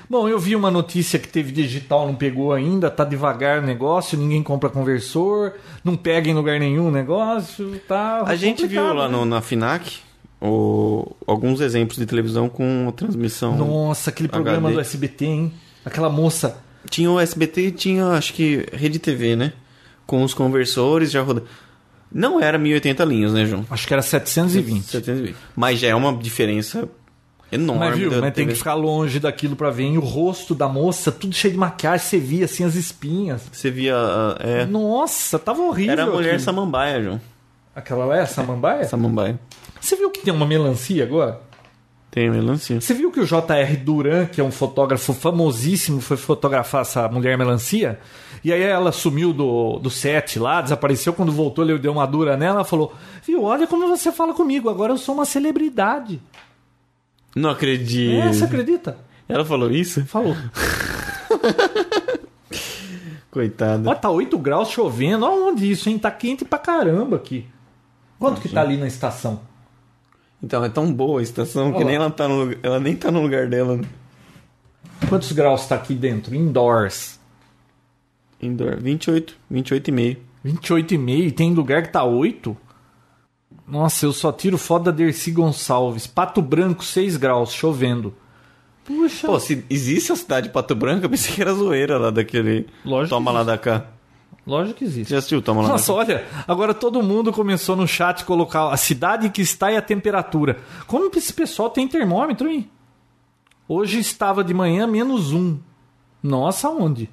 B: bom, eu vi uma notícia que teve digital, não pegou ainda, tá devagar o negócio, ninguém compra conversor, não pega em lugar nenhum o negócio, tá.
A: A gente viu
B: complicado,
A: lá
B: né?
A: no- na FINAC o- alguns exemplos de televisão com transmissão.
B: né? Nossa, aquele programa
A: HD.
B: do SBT, hein? Aquela moça.
A: Tinha o SBT e tinha, acho que, Rede TV, né? Com os conversores já rodando. Não era 1080 linhas, né, João?
B: Acho que era 720.
A: 720. Mas já é uma diferença enorme.
B: Mas viu,
A: da
B: mas tem
A: TV.
B: que ficar longe daquilo pra ver. E o rosto da moça, tudo cheio de maquiagem, você via assim as espinhas.
A: Você via. ah, é,
B: Nossa, tava é horrível.
A: Era a mulher
B: aquilo.
A: samambaia, João.
B: Aquela lá é a samambaia?
A: Samambaia.
B: Você viu que tem uma melancia agora?
A: Tem melancia.
B: Você viu que o J.R. Duran, que é um fotógrafo famosíssimo, foi fotografar essa mulher melancia? E aí ela sumiu do, do set lá, desapareceu. Quando voltou, ele deu uma dura nela falou: Viu, olha como você fala comigo, agora eu sou uma celebridade.
A: Não acredito.
B: É, você acredita?
A: Ela falou isso?
B: Falou.
A: Coitada.
B: Ó, tá 8 graus chovendo, olha onde isso, hein? Tá quente pra caramba aqui. Quanto que tá ali na estação?
A: Então, é tão boa a estação que
B: Olha lá.
A: nem ela, tá no, lu- ela nem tá no lugar dela. né?
B: Quantos graus está aqui dentro? Indoors.
A: Indoor. 28, 28,5.
B: 28,5. Tem lugar que tá 8? Nossa, eu só tiro foto da Dercy Gonçalves. Pato Branco, 6 graus, chovendo. Puxa.
A: Pô, se existe a cidade de Pato Branco, eu pensei que era zoeira lá daquele.
B: Lógico
A: Toma
B: que
A: lá da cá.
B: Lógico que existe.
A: Você já assistiu Toma lá
B: Nossa,
A: da cá?
B: olha, agora todo mundo começou no chat colocar a cidade que está e a temperatura. Como que esse pessoal tem termômetro, hein? Hoje estava de manhã menos um. Nossa, onde?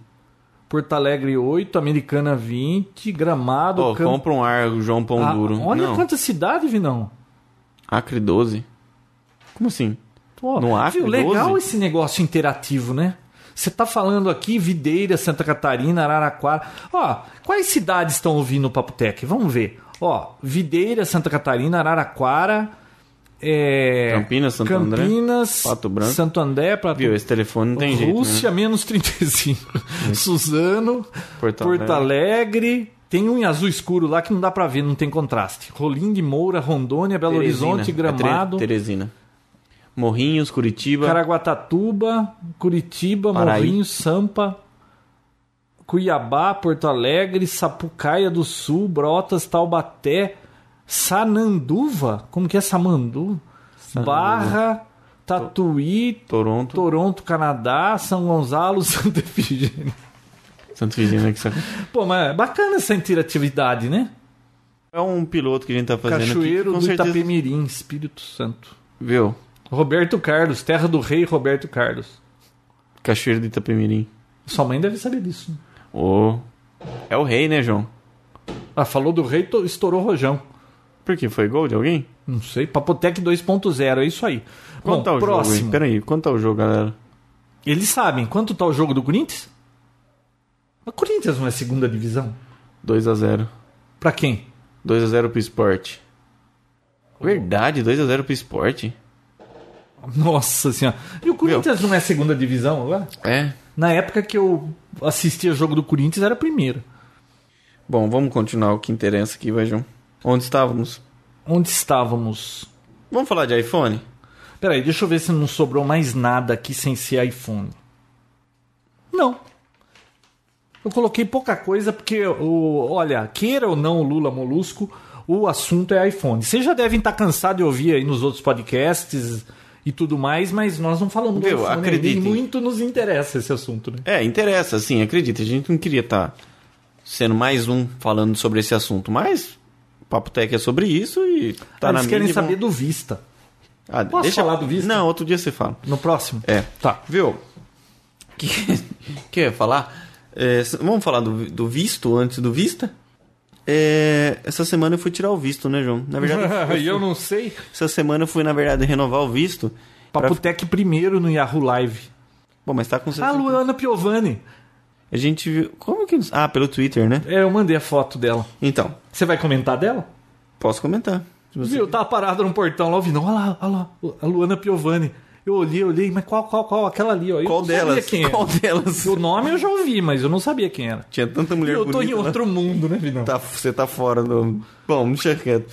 B: Porto Alegre 8, Americana 20, Gramado,
A: Pô,
B: Campo-
A: compra um ar, João Pão
B: Ah,
A: Duro.
B: Olha
A: Não.
B: quanta cidade, Vinão.
A: Acre 12. Como assim?
B: Pô,
A: No Acre,
B: viu? Legal é
A: 12?
B: esse negócio interativo, né? Você tá falando aqui Videira, Santa Catarina, Araraquara. Ó, quais cidades estão ouvindo o Papotec? Vamos ver. Ó, Videira, Santa Catarina, Araraquara, é...
A: Campinas, Santo André,
B: Campinas,
A: Pato Branco.
B: Santo André, Pato
A: Viu, esse telefone não tem jeito. né?
B: Rússia,
A: [laughs]
B: menos 35. Suzano,
A: Porto
B: Porto,
A: Alegre.
B: Alegre. Tem um em azul escuro lá que não dá pra ver, não tem contraste. Rolim de Moura, Rondônia, Belo
A: Né? Teresina.
B: Horizonte,
A: É Tere-
B: Gramado.
A: Teresina. Morrinhos, Curitiba.
B: Caraguatatuba, Curitiba,
A: Paraí.
B: Morrinho, Sampa, Cuiabá, Porto Alegre, Sapucaia do Sul, Brotas, Taubaté, Sananduva, como que é Samandu? Barra, Tatuí,
A: Toronto.
B: Toronto, Canadá, São Gonzalo, [laughs] Santa Efigênia.
A: Santo Virgínia, que saco.
B: Pô, mas é bacana essa interatividade, né?
A: É um piloto que a gente tá fazendo
B: Cachoeiro
A: aqui.
B: do
A: que com certeza...
B: Itapemirim, Espírito Santo.
A: Viu?
B: Roberto Carlos, terra do rei Roberto Carlos.
A: Cachoeiro do Itapemirim.
B: Sua mãe deve saber disso, né?
A: Ô. É o rei, né, João?
B: Ah, falou do rei, to- estourou o rojão.
A: Por quê? Foi gol de alguém?
B: Não sei, Papotec 2.0, é isso aí.
A: Quanto
B: Bom,
A: tá o jogo?
B: próximo.
A: hein? Peraí, quanto tá o jogo, galera?
B: Eles sabem quanto tá o jogo do Corinthians? Mas Corinthians não é segunda divisão?
A: 2x0.
B: Pra quem?
A: 2x0 pro esporte. Verdade, 2x0 pro esporte?
B: Nossa senhora. E o Corinthians não é segunda divisão agora?
A: É.
B: Na época que eu assistia jogo do Corinthians era a primeira.
A: Bom, vamos continuar o que interessa aqui, vai, João. Onde estávamos?
B: Onde estávamos?
A: Vamos falar de iPhone?
B: Peraí, deixa eu ver se não sobrou mais nada aqui sem ser iPhone. Não. Eu coloquei pouca coisa porque, o, olha, queira ou não o Lula Molusco, o assunto é iPhone. Vocês já devem estar cansados de ouvir aí nos outros podcasts e tudo mais, mas nós não
A: Meu,
B: falamos do iPhone ainda
A: acreditem.
B: e muito nos interessa esse assunto, né?
A: É, interessa, sim, acredita. A gente não queria estar sendo mais um falando sobre esse assunto, mas o Papo Tech é sobre isso e tá na
B: Eles querem
A: mídia,
B: saber
A: vamos-
B: do Vista.
A: Ah,
B: Posso
A: deixa...
B: falar do Vista?
A: Não, outro dia você fala.
B: No próximo?
A: É.
B: Tá.
A: Viu? Que que eu ia falar? É, s- vamos falar do, do visto antes do Vista? É, essa semana eu fui tirar o visto, né, João? Na
B: [laughs]
A: verdade, eu fui-
B: E eu não sei.
A: essa semana eu fui, na verdade, renovar o visto. pra-
B: Papotec primeiro no Yahoo Live.
A: Bom, mas tá com
B: Ah, Luana Piovani.
A: A gente viu. Como que. Ah, pelo Twitter, né?
B: É, eu mandei a foto dela.
A: Então,
B: Você vai comentar dela?
A: posso comentar. Se você-
B: Viu, tava parado no portão lá ouvindo. Olha lá, olha lá, a Luana Piovani. Eu olhei, olhei, mas qual, qual, qual? Aquela ali, ó. Eu
A: Qual
B: não
A: delas?
B: Sabia quem era.
A: Qual delas?
B: O nome eu já ouvi, mas eu não sabia quem era.
A: Tinha tanta mulher
B: eu tô
A: bonita.
B: em
A: né?
B: outro mundo, né, Vinão?
A: Tá- você tá fora do. Bom, deixa quieto.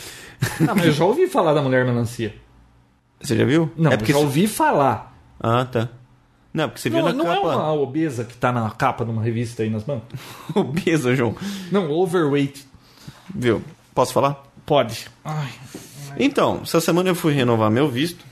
B: Ah, mas eu já ouvi falar da Mulher Melancia.
A: Você já viu?
B: Não,
A: é porque.
B: já
A: você-
B: ouvi falar.
A: Ah, tá. Não, porque você viu
B: Não,
A: na
B: não é
A: capa.
B: uma obesa que tá na capa de uma revista aí nas mãos?
A: [laughs] Obesa, João.
B: Não, overweight.
A: Viu? Posso falar?
B: Pode. Ai,
A: Então, essa semana eu fui renovar meu visto.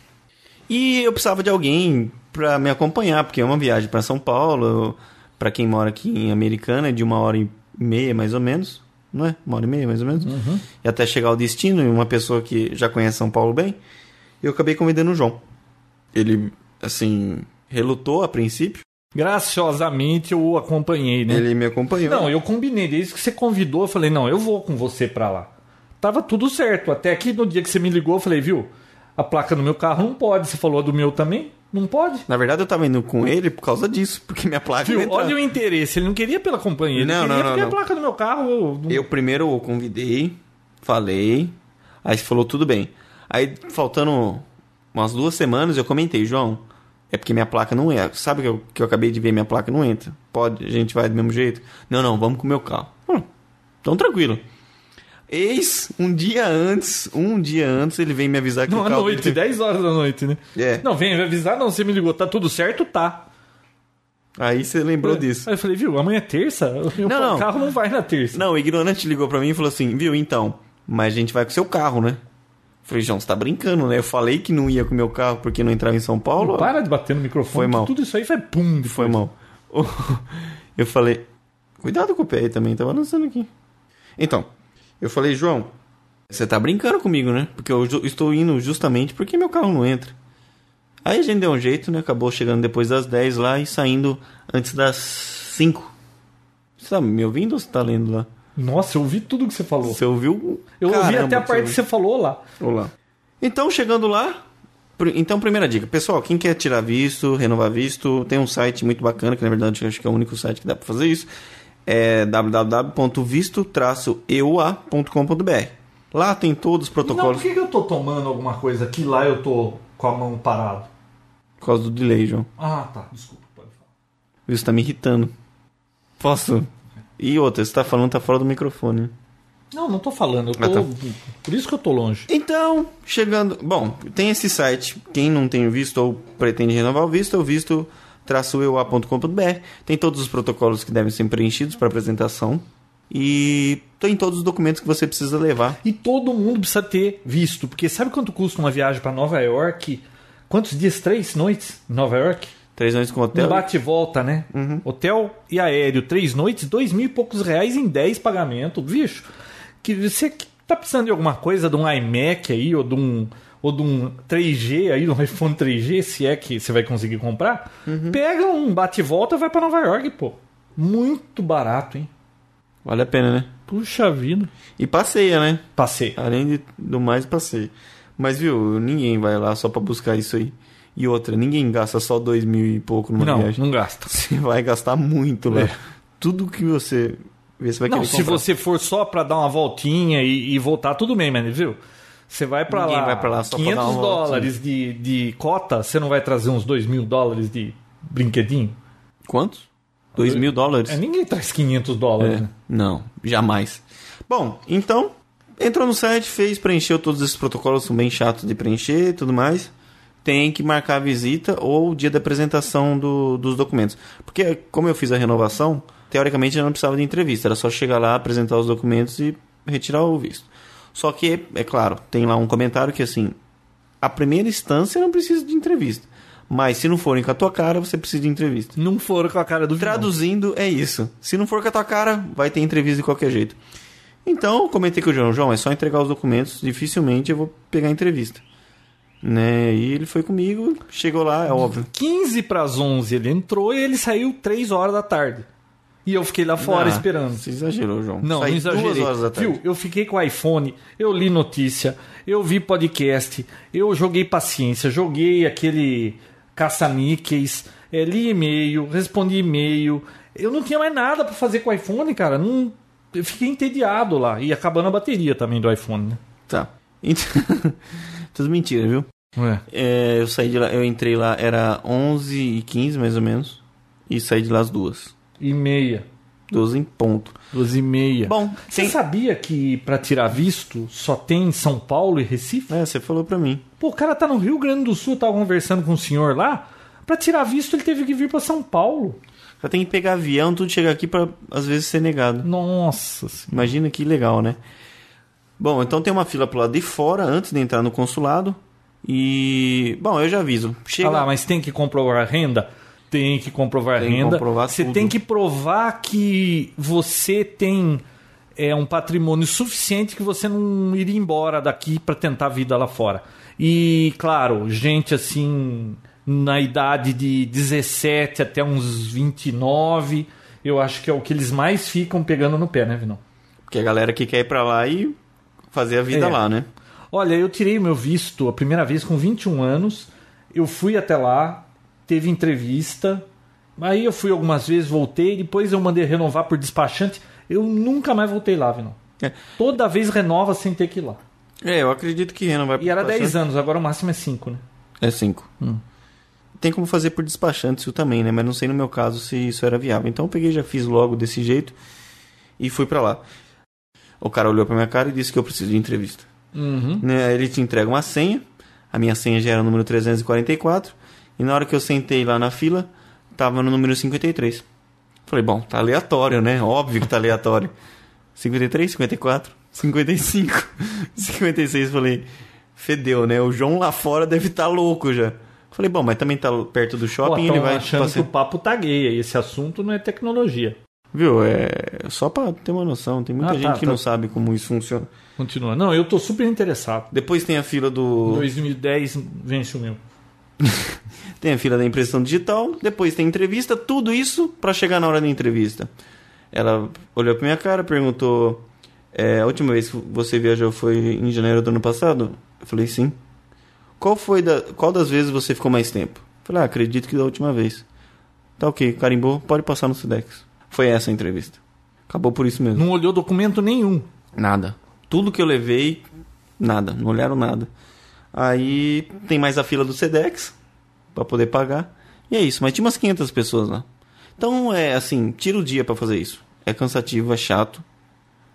A: E eu precisava de alguém pra me acompanhar, porque é uma viagem pra São Paulo. Pra quem mora aqui em Americana, é de uma hora e meia mais ou menos. Não é? Uma hora e meia mais ou menos.
B: Uhum.
A: E até chegar ao destino, e uma pessoa que já conhece São Paulo bem. Eu acabei convidando o João. Ele, assim, relutou a princípio.
B: graciosamente eu o acompanhei, né?
A: Ele me acompanhou.
B: Não, eu combinei. Desde que você convidou, eu falei, não, eu vou com você pra lá. Tava tudo certo. Até que no dia que você me ligou, eu falei, viu, a placa do meu carro não pode. Você falou a do meu também? Não pode?
A: Na verdade, eu tava indo com ele por causa disso, porque minha placa. não
B: Viu,
A: entrava.
B: olha o interesse. Ele não queria pela companhia. Ele
A: Tá Não,
B: queria
A: não, não,
B: porque
A: não.
B: a placa do meu carro... Eu...
A: Eu primeiro o convidei, falei, aí você falou tudo bem. Aí faltando umas duas semanas eu comentei, João, é porque minha placa não entra. Sabe que eu, que eu acabei de ver minha placa não entra? Pode, a gente vai do mesmo jeito? Não, não, vamos com o meu carro. Hum, então tranquilo. Eis, um dia antes, um dia antes, ele vem me avisar que
B: Não,
A: o
B: à
A: carro
B: noite,
A: dele-
B: 10 horas da noite, né?
A: É.
B: Não, vem me avisar, não, você me ligou, tá tudo certo? Tá.
A: Aí você lembrou disso.
B: Aí eu falei, viu, amanhã é terça? O meu
A: Não, não.
B: carro não vai na terça.
A: Não, o ignorante ligou pra mim e falou assim, viu, então, mas a gente vai com o seu carro, né? Eu Falei, João, você tá brincando, né? Eu falei que não ia com o meu carro porque não entrava em São Paulo. ó.
B: Para de bater no microfone.
A: Foi mal.
B: Tudo isso aí foi pum.
A: Foi mal. [laughs] Eu falei, cuidado com o pé aí também, tava lançando aqui. Então, eu falei, João, você tá brincando comigo, né? Porque eu ju- estou indo justamente porque meu carro não entra. Aí a gente deu um jeito, né? Acabou chegando depois das 10 lá e saindo antes das 5. Você tá me ouvindo ou você tá lendo lá?
B: Nossa, eu ouvi tudo que você falou.
A: Você ouviu?
B: Eu ouvi até a parte que
A: seu.
B: você falou lá.
A: Olá. Então, chegando lá. pr- Então, primeira dica. Pessoal, quem quer tirar visto, renovar visto, tem um site muito bacana, que na verdade eu acho que é o único site que dá para fazer isso. É www.visto-eua.com.br. Lá tem todos os
B: Não,
A: protocolos
B: por que, que eu tô tomando alguma coisa que lá eu tô com a mão parada?
A: por causa do delay, João.
B: Ah, tá. Desculpa, pode falar.
A: Isso tá me irritando. Posso? E outra, você tá falando, tá fora do microfone. né?
B: Não, não tô falando. Eu tô...
A: Ah,
B: Por isso que eu tô longe.
A: Então, chegando. Bom, tem esse site. Quem não tem o visto ou pretende renovar o visto, é o visto eua.com.br. Tem todos os protocolos que devem ser preenchidos para apresentação. E tem todos os documentos que você precisa levar.
B: E todo mundo precisa ter visto. Porque sabe quanto custa uma viagem pra Nova York? Quantos dias? Três noites em Nova York?
A: Três anos com hotel. Uhum.
B: Um bate e volta, né? Hotel e aéreo, três noites, dois mil e poucos reais em dez pagamento. Bicho, que você que tá precisando de alguma coisa, de um iMac aí, ou de um, ou de um 3G aí, de um iPhone 3G, se é que você vai conseguir comprar,
A: Uhum.
B: pega um bate e volta e vai pra Nova York, pô. Muito barato, hein?
A: Vale a pena, né?
B: Puxa vida.
A: E passeia, né?
B: Passei.
A: Além de, do mais, passeia. Mas, viu, ninguém vai lá só para buscar isso aí. E outra, ninguém gasta só dois mil e pouco numa
B: não,
A: viagem. [laughs]
B: não gasta.
A: Você vai gastar muito lá.
B: É.
A: Tudo que você. vê, Você vai
B: Não,
A: querer
B: se
A: comprar.
B: você for só pra dar uma voltinha e, e voltar, tudo bem, mas viu? Você vai pra
A: Ninguém
B: lá,
A: vai pra lá só pra dar
B: 500
A: uma
B: dólares de, de cota, você não vai trazer uns 2 mil dólares de brinquedinho?
A: Quantos? 2 mil dólares?
B: É, ninguém traz 500
A: É.
B: dólares. né?
A: Não, jamais. Bom, então, entrou no site, fez, preencheu todos esses protocolos, são bem chatos de preencher e tudo mais. Tem que marcar a visita ou o dia da apresentação do- dos documentos. Porque, como eu fiz a renovação, teoricamente eu não precisava de entrevista, era só chegar lá, apresentar os documentos e retirar o visto. Só que, é claro, tem lá um comentário que assim, a primeira instância não precisa de entrevista. Mas se não forem com a tua cara, você precisa de entrevista.
B: Não foram com a cara do vilão.
A: Traduzindo, é isso. Se não for com a tua cara, vai ter entrevista de qualquer jeito. Então, eu comentei com o João, João, é só entregar os documentos, dificilmente eu vou pegar entrevista. Né? E ele foi comigo, chegou lá, é óbvio.
B: 15 pras 11 ele entrou e ele saiu 3 horas da tarde. E eu fiquei lá fora
A: Ah,
B: esperando.
A: Você exagerou, João.
B: Não,
A: Saí
B: não
A: duas
B: exagerei.
A: horas da tarde.
B: Viu? Eu fiquei com o iPhone, eu li notícia, eu vi podcast, eu joguei paciência, joguei aquele caça-níqueis, eh, li e-mail, respondi e-mail. Eu não tinha mais nada pra fazer com o iPhone, cara. Não... Eu fiquei entediado lá. E acabando a bateria também do iPhone,
A: Tá. Então, [laughs] Tudo mentira, viu?
B: né?
A: É, eu saí de lá, eu entrei lá, era 11 e 15 mais ou menos. E saí de lá às duas.
B: E meia.
A: 12 em ponto.
B: Duas e meia.
A: Bom,
B: você
A: tem-
B: sabia que pra tirar visto só tem em São Paulo e Recife?
A: É, você falou pra mim.
B: Pô, o cara tá no Rio Grande do Sul, tava conversando com um senhor lá. Pra tirar visto, ele teve que vir pra São Paulo.
A: Já tem que pegar avião, tudo chegar aqui pra às vezes ser negado.
B: Nossa senhora.
A: Imagina que legal, né? Bom, então tem uma fila pro lado de fora antes de entrar no consulado. E. Bom, eu já aviso. Chega.
B: Ah lá, mas tem que comprovar a renda? Tem que comprovar
A: Tem que
B: renda.
A: comprovar
B: você
A: tudo.
B: tem que provar que você tem é, um patrimônio suficiente que você não iria embora daqui pra tentar a vida lá fora. E, claro, gente assim, na idade de 17 até uns 29, eu acho que é o que eles mais ficam pegando no pé, né, Vinão?
A: Porque a galera que quer ir pra lá e fazer a vida
B: É.
A: lá, né?
B: Olha, eu tirei meu visto a primeira vez com 21 anos. Eu fui até lá, teve entrevista. Aí eu fui algumas vezes, voltei. Depois eu mandei renovar por despachante. Eu nunca mais voltei lá, Vinão.
A: É.
B: Toda vez renova sem ter que ir lá.
A: É, eu acredito que não vai
B: E era Hum. 10 anos, agora o máximo é 5, né?
A: É 5. Tem como fazer por despachante isso também, né? Mas não sei no meu caso se isso era viável. Então eu peguei, já fiz logo desse jeito e fui pra lá. O cara olhou pra minha cara e disse que eu preciso de entrevista. Né, aí Ele te entrega uma senha. A minha senha já era o número 344. E na hora que eu sentei lá na fila, tava no número 53. Falei, bom, tá aleatório, né? Óbvio que tá aleatório. 53, 54, [laughs] 55, 56. Falei, fedeu, né? O João lá fora deve estar louco já. Falei, bom, mas também tá perto do
B: Pô,
A: shopping,
B: tão
A: ele vai
B: achando
A: passear.
B: que o papo tá gay. aí Esse assunto não é tecnologia.
A: Viu? É só pra ter uma noção. Tem muita
B: Ah, tá,
A: gente que
B: tá.
A: não sabe como isso funciona.
B: Continua. Não, eu tô super interessado.
A: Depois tem a fila do
B: 2010 vence o meu.
A: tem a fila da impressão digital, depois tem entrevista, tudo isso pra chegar na hora da entrevista. Ela olhou pra minha cara, perguntou: é, "A última vez que você viajou foi em janeiro do ano passado?" Eu falei: "Sim." Qual foi da, qual das vezes você ficou mais tempo? Eu falei: ah, "Acredito que da última vez." Tá OK, carimbou, pode passar no Sudex. Foi essa a entrevista. Acabou por isso mesmo.
B: Não olhou documento nenhum.
A: Nada. Tudo que eu levei, nada. Não olharam nada. Aí tem mais a fila do Sedex pra poder pagar. E é isso. Mas tinha umas 500 pessoas lá. Então é assim, tira o dia pra fazer isso. É cansativo, é chato.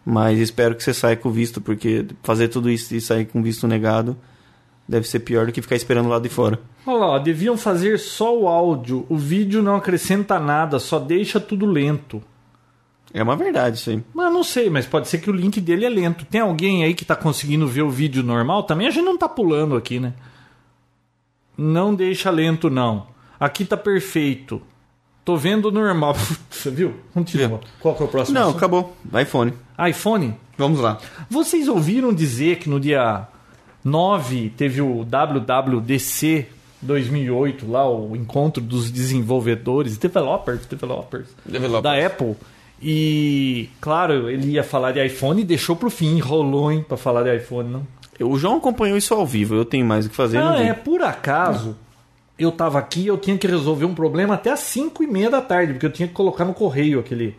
A: Mas espero que você saia com visto, porque fazer tudo isso e sair com visto negado deve ser pior do que ficar esperando lá de fora.
B: Olha lá, ó, deviam fazer só o áudio. O vídeo não acrescenta nada, só deixa tudo lento.
A: É uma verdade isso aí.
B: Mas não sei, mas pode ser que o link dele é lento. Tem alguém aí que tá conseguindo ver o vídeo normal? Também a gente não tá pulando aqui, né? Não deixa lento, não. Aqui tá perfeito. Tô vendo o normal. [laughs] Você viu? Continua. Qual que é o próximo?
A: Não,
B: assunto?
A: acabou. iPhone.
B: iPhone?
A: Vamos lá.
B: Vocês ouviram dizer que no dia 9 teve o WWDC 2008, lá o encontro dos desenvolvedores, developers, developers,
A: Developers.
B: da Apple. E, claro, ele ia falar de iPhone e deixou pro fim, enrolou, hein, pra falar de iPhone, não?
A: O João acompanhou isso ao vivo. Eu tenho mais o que fazer. não
B: Ah,
A: vi.
B: é, por acaso, eu tava aqui eu tinha que resolver um problema até às 5 e meia da tarde, porque eu tinha que colocar no correio aquele.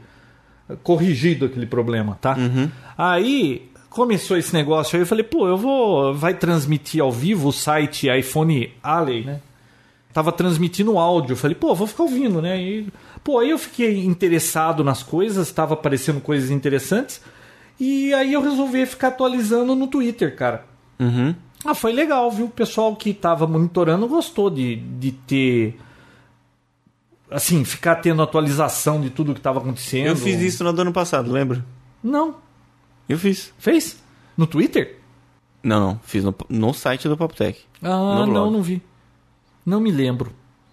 B: corrigido aquele problema, tá?
A: Uhum.
B: Aí começou esse negócio aí, eu falei, pô, eu vou. vai transmitir ao vivo o site iPhone Alley, né? Tava transmitindo áudio, eu falei, pô, vou ficar ouvindo, né? E, pô, aí eu fiquei interessado nas coisas, tava aparecendo coisas interessantes, e aí eu resolvi ficar atualizando no Twitter, cara.
A: Uhum.
B: Ah, foi legal, viu? O pessoal que estava monitorando gostou de, de ter. Assim, ficar tendo atualização de tudo que estava acontecendo.
A: Eu fiz isso no ano passado, lembra?
B: Não.
A: Eu fiz.
B: Fez? No Twitter?
A: Não, não. Fiz no, no site do Poptech.
B: Ah,
A: No blog.
B: não, não vi. Não me lembro.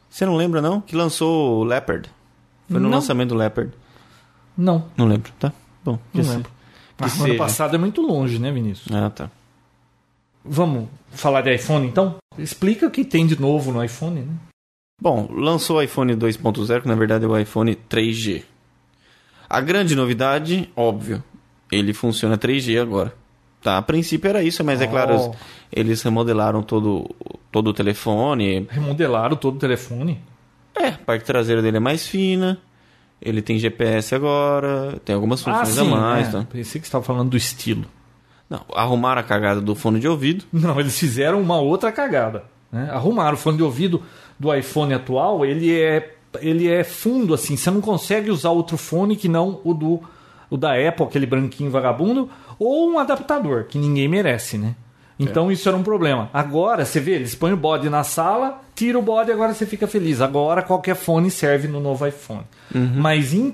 A: Você não lembra, não? Que lançou o Leopard. Foi no
B: Não.
A: lançamento do Leopard.
B: Não,
A: Não lembro, tá? Bom,
B: não
A: que se-
B: lembro.
A: que
B: Ah, ano
A: seja.
B: passado é muito longe, né, Vinícius?
A: Ah, tá.
B: Vamos falar de iPhone então? Explica o que tem de novo no iPhone, né?
A: Bom, lançou o iPhone 2.0, que na verdade é o iPhone 3G. A grande novidade, óbvio, ele funciona 3G agora. Tá, a princípio era isso, mas é claro,
B: Oh.
A: eles remodelaram todo, todo o telefone,
B: Remodelaram todo o telefone.
A: É, a parte traseira dele é mais fina. Ele tem GPS agora, tem algumas funções a mais.
B: é.
A: tá?
B: Pensei que você estava falando do estilo.
A: Não, arrumaram a cagada do fone de ouvido.
B: [laughs] Não, eles fizeram uma outra cagada. Né? Arrumaram o fone de ouvido do iPhone atual, ele é, ele é fundo, assim, você não consegue usar outro fone que não o do o da Apple, aquele branquinho vagabundo, ou um adaptador, que ninguém merece, né? Então isso era um problema. Agora, você vê, eles põem o bode na sala, tira o bode agora você fica feliz. Agora qualquer fone serve no novo iPhone. Mas em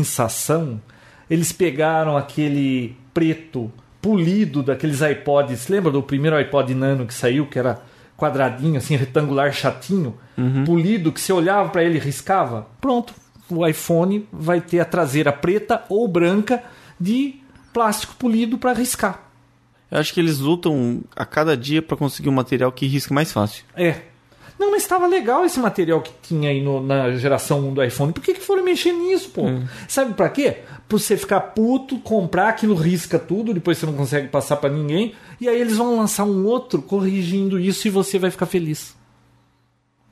B: compensação, eles pegaram aquele preto polido daqueles iPods. Lembra do primeiro iPod Nano que saiu, que era quadradinho, assim, retangular, chatinho? Polido, que você olhava para ele e riscava? Pronto. O iPhone vai ter a traseira preta ou branca de plástico polido para riscar.
A: Eu acho que eles lutam a cada dia pra conseguir um material que risque mais fácil.
B: É. Não, mas estava legal esse material que tinha aí no- na geração 1 do iPhone. Por que, que foram mexer nisso, pô?
A: Hum.
B: Sabe pra quê? Pra você ficar puto, comprar, aquilo risca tudo, depois você não consegue passar pra ninguém. E aí eles vão lançar um outro corrigindo isso e você vai ficar feliz.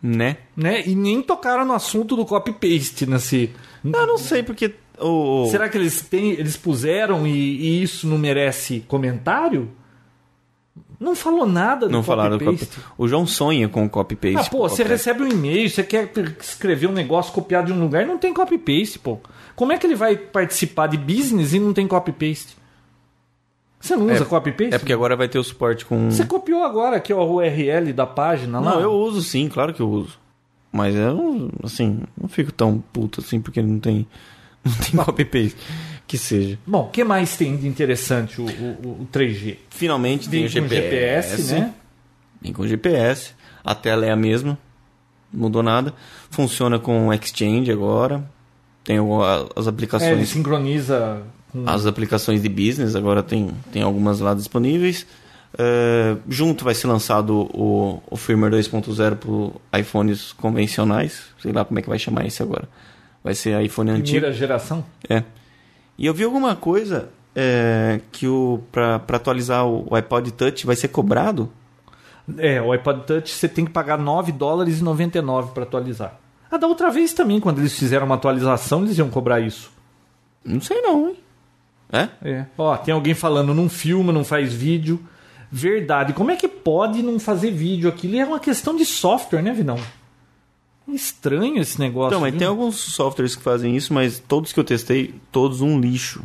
A: Né?
B: Né? E nem tocaram no assunto do copy-paste nesse.
A: Eu não sei porque. O, o-
B: Será que eles, têm, eles puseram e, e isso não merece comentário? Não falou nada do
A: Não falaram do copy
B: copy-paste.
A: O João sonha com o copy-paste.
B: Ah, pô, você
A: Copy-
B: recebe um e-mail, você quer p- escrever um negócio copiado de um lugar, não tem copy-paste, pô. Como é que ele vai participar de business e não tem copy-paste? Você não usa copy-paste?
A: É porque agora vai ter o suporte com.
B: Você copiou agora aqui ó, o URL da página lá?
A: Não, eu uso sim, claro que eu uso. Mas eu, assim, não fico tão puto assim porque não tem, [laughs] não tem copy-paste. Que seja.
B: Bom, o que mais tem de interessante o, o, o 3G?
A: Finalmente tem
B: Vem
A: o
B: com
A: GPS.
B: GPS, né?
A: Vem com GPS. A tela é a mesma. Não mudou nada. Funciona com Exchange agora. Tem o- a- as
B: É, ele
A: aplicações.
B: sincroniza com
A: as aplicações de business agora tem, tem algumas lá disponíveis. É, junto vai ser lançado o, o firmware 2.0 para iPhones convencionais. Sei lá como é que vai chamar esse agora. Vai ser iPhone
B: a
A: antigo.
B: primeira geração.
A: É. E eu vi alguma coisa é, que o para atualizar o, o iPod Touch vai ser cobrado.
B: É, o iPod Touch você tem que pagar 9 dólares e 99 para atualizar. Ah, da outra vez também, quando eles fizeram uma atualização, eles iam cobrar isso.
A: Não sei não, hein? É?
B: É. Ó, tem alguém falando, não filma, não faz vídeo. Verdade. Como é que pode não fazer vídeo aquilo? E é uma questão de software, né, Vinão? Estranho esse negócio.
A: Então, mas
B: viu?
A: tem alguns softwares que fazem isso, mas todos que eu testei, todos um lixo.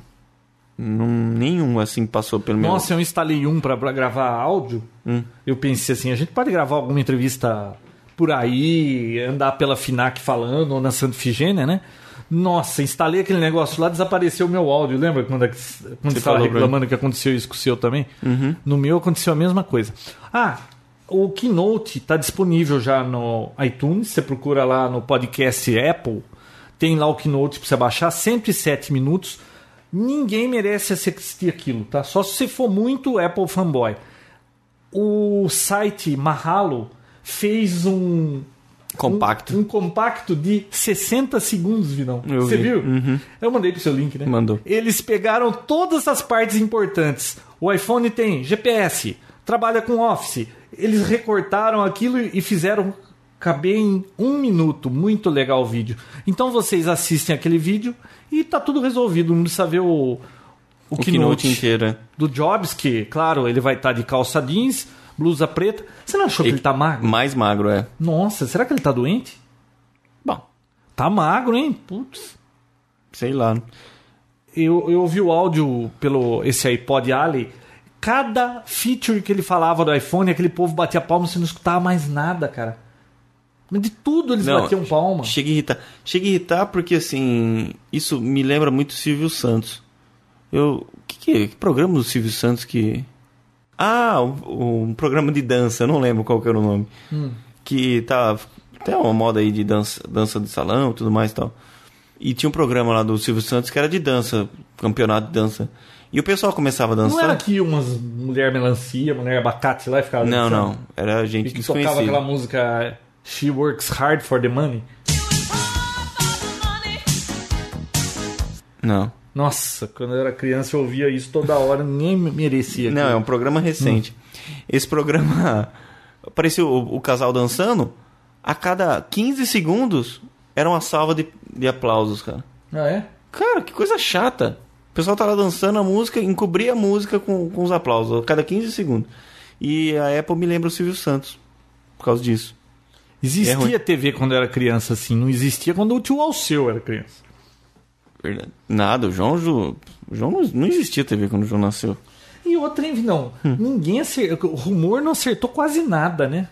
A: Não, nenhum assim passou pelo meu. Hum.
B: Nossa, eu instalei um pra pra gravar áudio. Eu pensei assim, a gente pode gravar alguma entrevista por aí, andar pela FINAC falando, ou na Santa Figênia, né? Nossa, instalei aquele negócio lá, desapareceu o meu áudio. Lembra quando, a- quando você estava
A: falou pra Uhum.
B: reclamando que aconteceu isso com o seu também? No meu aconteceu a mesma coisa. Ah, o Keynote está disponível já no iTunes. Você procura lá no podcast Apple. Tem lá o Keynote para você baixar, 107 minutos. Ninguém merece assistir aquilo, tá? Só se você for muito Apple fanboy o site Mahalo fez um
A: Compacto.
B: um, um compacto de 60 segundos, Vinão.
A: Eu
B: Você
A: vi. Uhum.
B: viu? Eu mandei pro seu link, né?
A: Mandou.
B: Eles pegaram todas as partes importantes. O iPhone tem GPS, trabalha com Office. Eles recortaram aquilo e fizeram caber em um minuto. Muito legal o vídeo. Então vocês assistem aquele vídeo e tá tudo resolvido. Não precisa ver o, o,
A: O keynote é
B: keynote
A: inteira.
B: do Jobs, que, claro, ele vai estar de calça jeans, blusa preta. Você não achou que ele tá magro?
A: Mais magro, é.
B: Nossa, será que ele tá doente?
A: Bom,
B: Tá magro, hein? Putz.
A: sei lá.
B: Eu, eu ouvi o áudio pelo esse iPod Alley. Cada feature que ele falava do iPhone, aquele povo batia palma, você não escutava mais nada, cara. Mas de tudo eles
A: Não,
B: batiam um palma.
A: Chega a irritar. Chega a irritar porque, assim, isso me lembra muito Silvio Santos. Eu... Que, é? que, que programa do Silvio Santos que... Ah, um, um programa de dança, eu não lembro qual que era o nome.
B: Hum.
A: Que tá... Tem uma moda aí de dança, dança de salão e tudo mais e tal. E tinha um programa lá do Silvio Santos que era de dança, campeonato de dança. E o pessoal começava a dançar.
B: Não era que umas mulher melancia, mulher abacate lá e ficava
A: não,
B: dançando?
A: não. Era gente
B: E que tocava
A: desconhecida.
B: aquela música She Works Hard for the Money.
A: Não.
B: Nossa, quando eu era criança eu ouvia isso toda hora, nem merecia.
A: Não, é um programa recente. Esse programa [laughs] apareceu o, o casal dançando. A cada 15 segundos era uma salva de, de aplausos, cara.
B: Ah, é?
A: Cara, que coisa chata. O pessoal tá lá dançando a música, encobria a música com, com os aplausos, a cada 15 segundos. E a Apple me lembra o Silvio Santos por causa disso. É
B: Existia
A: ruim.
B: TV quando eu era criança, assim. Não existia quando o tio Alceu era criança.
A: Verdade. Nada, o João, Ju- o João não, não existia TV quando o João nasceu.
B: E outra, hein, não.
A: Hum.
B: Ninguém acertou. O rumor não acertou quase nada, né?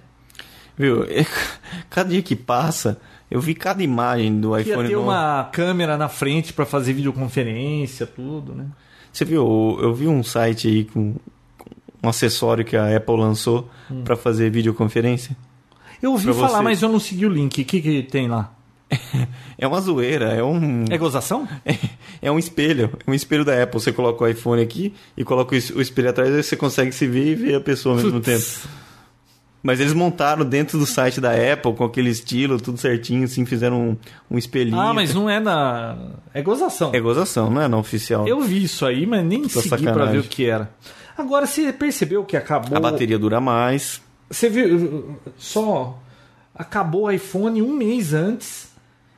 A: Viu? [laughs] Cada dia que passa, eu vi cada imagem do
B: Ia
A: iPhone
B: ter
A: novo.
B: uma câmera na frente pra fazer videoconferência, tudo, né?
A: Você viu? Eu vi um site aí com com um acessório que a Apple lançou
B: Hum.
A: pra fazer videoconferência.
B: Eu ouvi
A: Pra
B: falar,
A: você.
B: mas eu não segui o link. O que, que tem lá?
A: É uma zoeira, é um
B: É gozação?
A: [laughs] é um espelho, é um espelho da Apple. Você coloca o iPhone aqui e coloca o es- o espelho atrás, aí você consegue se ver e ver a pessoa ao mesmo tempo.
B: Putz.
A: Mas eles montaram dentro do site da Apple com aquele estilo, tudo certinho, assim, fizeram um, um espelhinho.
B: Ah, mas não é na. É gozação.
A: é gozação, não é não oficial.
B: Eu vi isso aí, mas nem segui pra
A: sacanagem.
B: ver o que era. Agora, você percebeu que acabou.
A: A bateria dura mais.
B: Você viu? Só acabou o iPhone um mês antes.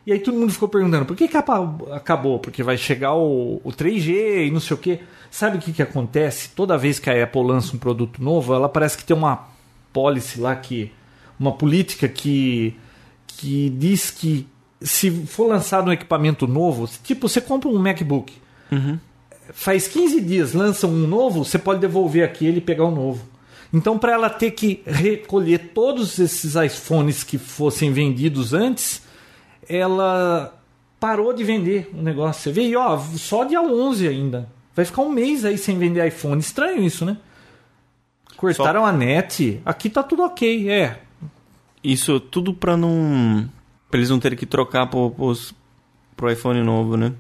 B: E aí todo mundo ficou perguntando por que, que apa- acabou? Porque vai chegar o, o 3G e não sei o quê. Sabe o que, que acontece? Toda vez que a Apple lança um produto novo, ela parece que tem uma policy lá que. uma política que. que diz que se for lançado um equipamento novo, tipo, você compra um MacBook faz 15 dias lançam um novo, você pode devolver aquele e pegar o novo. Então, para ela ter que recolher todos esses iPhones que fossem vendidos antes, ela parou de vender o negócio. Você vê, e, ó, só dia 11 ainda. Vai ficar um mês aí sem vender iPhone. Estranho isso, né? Cortaram a net. Aqui tá tudo ok, é.
A: Isso é tudo pra não. pra eles não terem que trocar pro, pros- pro iPhone novo, né?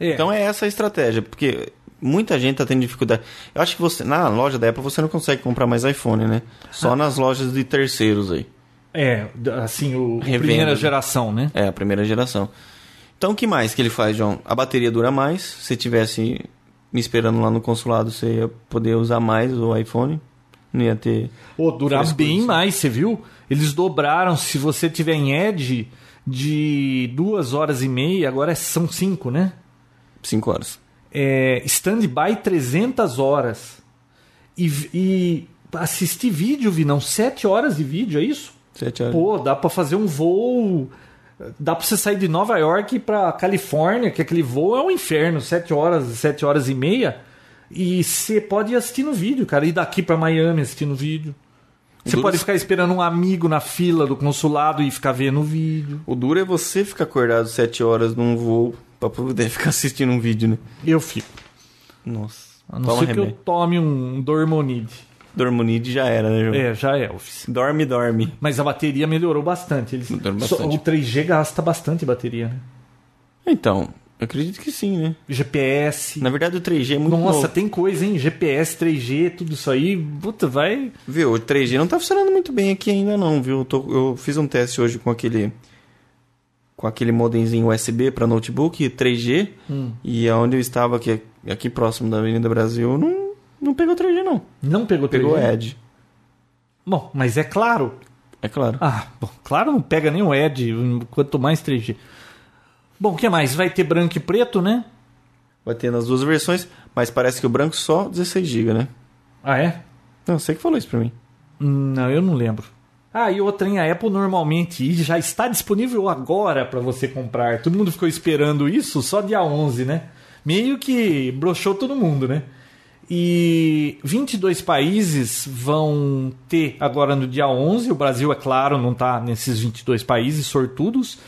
B: É.
A: Então é essa a estratégia, porque muita gente tá tendo dificuldade. Eu acho que você. Na loja da Apple você não consegue comprar mais iPhone, né? Só nas lojas de terceiros aí.
B: É, d- assim, o, o
A: Revenda,
B: primeira
A: né?
B: geração, né?
A: É, a primeira geração. Então, o que mais que ele faz, João? A bateria dura mais. Se tivesse me esperando lá no consulado, você ia poder usar mais o iPhone. Não ia ter.
B: Pô, durar
A: Frescura,
B: bem
A: sim.
B: mais, você viu? Eles dobraram, se você tiver em Edge, de duas horas e meia, agora são cinco, né?
A: 5 horas.
B: É, Stand-by 300 horas. E, vi- e assistir vídeo, Vinão, sete horas de vídeo, é isso?
A: 7 horas.
B: Pô, dá pra fazer um voo... Dá pra você sair de Nova York pra Califórnia, que aquele voo é um inferno, sete horas, sete horas e meia. E você pode ir assistindo vídeo, cara. Ir daqui pra Miami assistindo vídeo. Você
A: Dura-
B: pode ficar esperando um amigo na fila do consulado e ficar vendo o vídeo.
A: O duro é você ficar acordado 7 horas num voo pra poder [laughs] ficar assistindo um vídeo, né?
B: Eu fico.
A: Nossa.
B: A não
A: Toma
B: ser que
A: remédio.
B: eu tome um Dormonide.
A: Dormonide já era, né, João?
B: É, já é, Office.
A: Dorme, dorme.
B: Mas a bateria melhorou bastante. Eles...
A: Melhorou
B: só-
A: bastante.
B: O 3G gasta bastante bateria, né?
A: Então, eu acredito que sim, né?
B: GPS.
A: Na verdade, o 3G é muito
B: Nossa,
A: novo.
B: tem coisa, hein? GPS, 3G, tudo isso aí. Puta, vai.
A: Viu, o 3G não tá funcionando muito bem aqui ainda não, viu? Eu, tô- eu fiz um teste hoje com aquele com aquele modemzinho USB pra notebook 3G
B: Hum.
A: e aonde eu estava aqui, aqui próximo da Avenida Brasil não não pegou 3G não.
B: Não pegou 3G?
A: Pegou Edge.
B: Bom, mas é claro.
A: É claro.
B: Ah, bom, claro não pega nem o Edge, quanto mais 3G. Bom, o que mais? Vai ter branco e preto, né?
A: Vai ter nas duas versões, mas parece que o branco só 16 GB, né?
B: Ah, é?
A: Não, você que falou isso pra mim.
B: Hum, Não, eu não lembro. Ah, e outra, hein? A Apple normalmente e já está disponível agora para você comprar. Todo mundo ficou esperando isso só dia 11, né? Meio que broxou todo mundo, né? E 22 países vão ter agora no dia 11. O Brasil, é claro, não está nesses 22 países sortudos.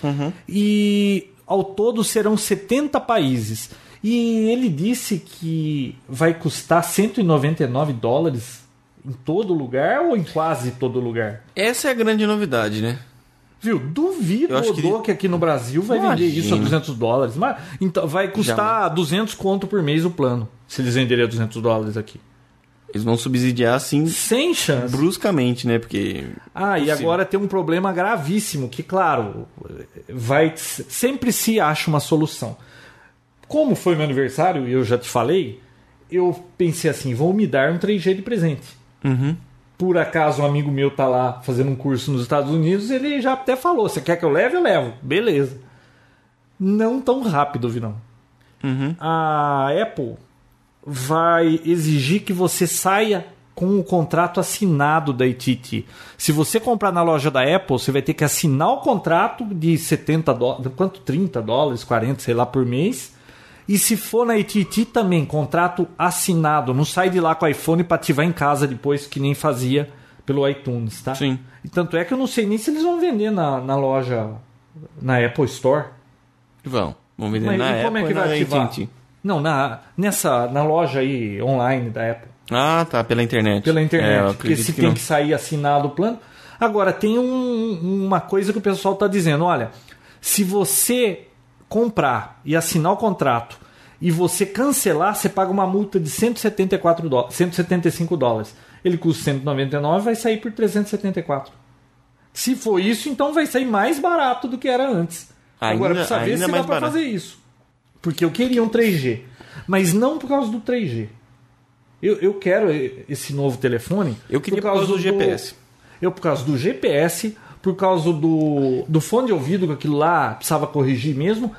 B: E ao todo serão 70 países. E ele disse que vai custar 199 dólares em todo lugar ou em quase todo lugar?
A: Essa é a grande novidade, né?
B: Viu? Duvido
A: Eu acho
B: o
A: que-
B: Dô que aqui no Brasil vai vender
A: Imagina.
B: isso a 200 dólares. Mas, então, vai custar 200 conto por mês o plano, se eles venderem a 200 dólares aqui.
A: Eles vão subsidiar assim
B: Sem chance.
A: bruscamente, né? Porque
B: Ah, e
A: Sim.
B: agora tem um problema gravíssimo que, claro, vai sempre se acha uma solução. Como foi meu aniversário e eu já te falei, eu pensei assim, vão me dar um 3G de presente. Por acaso um amigo meu tá lá fazendo um curso nos Estados Unidos, ele já até falou, você quer que eu leve? Eu levo. Beleza. Não tão rápido, Vinão. A Apple vai exigir que você saia com o contrato assinado da AT&T. Se você comprar na loja da Apple, você vai ter que assinar o contrato de 70 dólares, quanto 30 dólares, 40, sei lá por mês. E se for na AT&T também, contrato assinado, não sai de lá com o iPhone para ativar em casa depois que nem fazia pelo iTunes, tá?
A: Sim.
B: E tanto é que eu não sei nem se eles vão vender na, na loja na Apple Store.
A: vão, vão vender
B: Mas
A: na né? Apple
B: e como é
A: e
B: que
A: na
B: vai ativar?
A: AT&T.
B: Não, na, nessa, na loja aí online da Apple.
A: Ah, tá, pela internet.
B: Pela
A: É, eu
B: internet. porque
A: acredito
B: se
A: que
B: tem
A: não.
B: que sair assinado o plano. Agora, tem um- uma coisa que o pessoal está dizendo: olha, se você comprar e assinar o contrato e você cancelar, você paga uma multa de 174 dó- 175 dólares. Ele custa 199, vai sair por 374. Se for isso, então vai sair mais barato do que era antes.
A: Ainda-
B: Agora precisa ver
A: ainda é
B: se dá
A: mais
B: para
A: barato.
B: fazer isso. Porque eu queria um 3G. Mas não por causa do 3G. Eu, eu quero e- esse novo telefone.
A: Eu queria por causa do GPS.
B: Eu por causa do GPS, por causa do, do fone de ouvido, que aquilo lá precisava corrigir mesmo.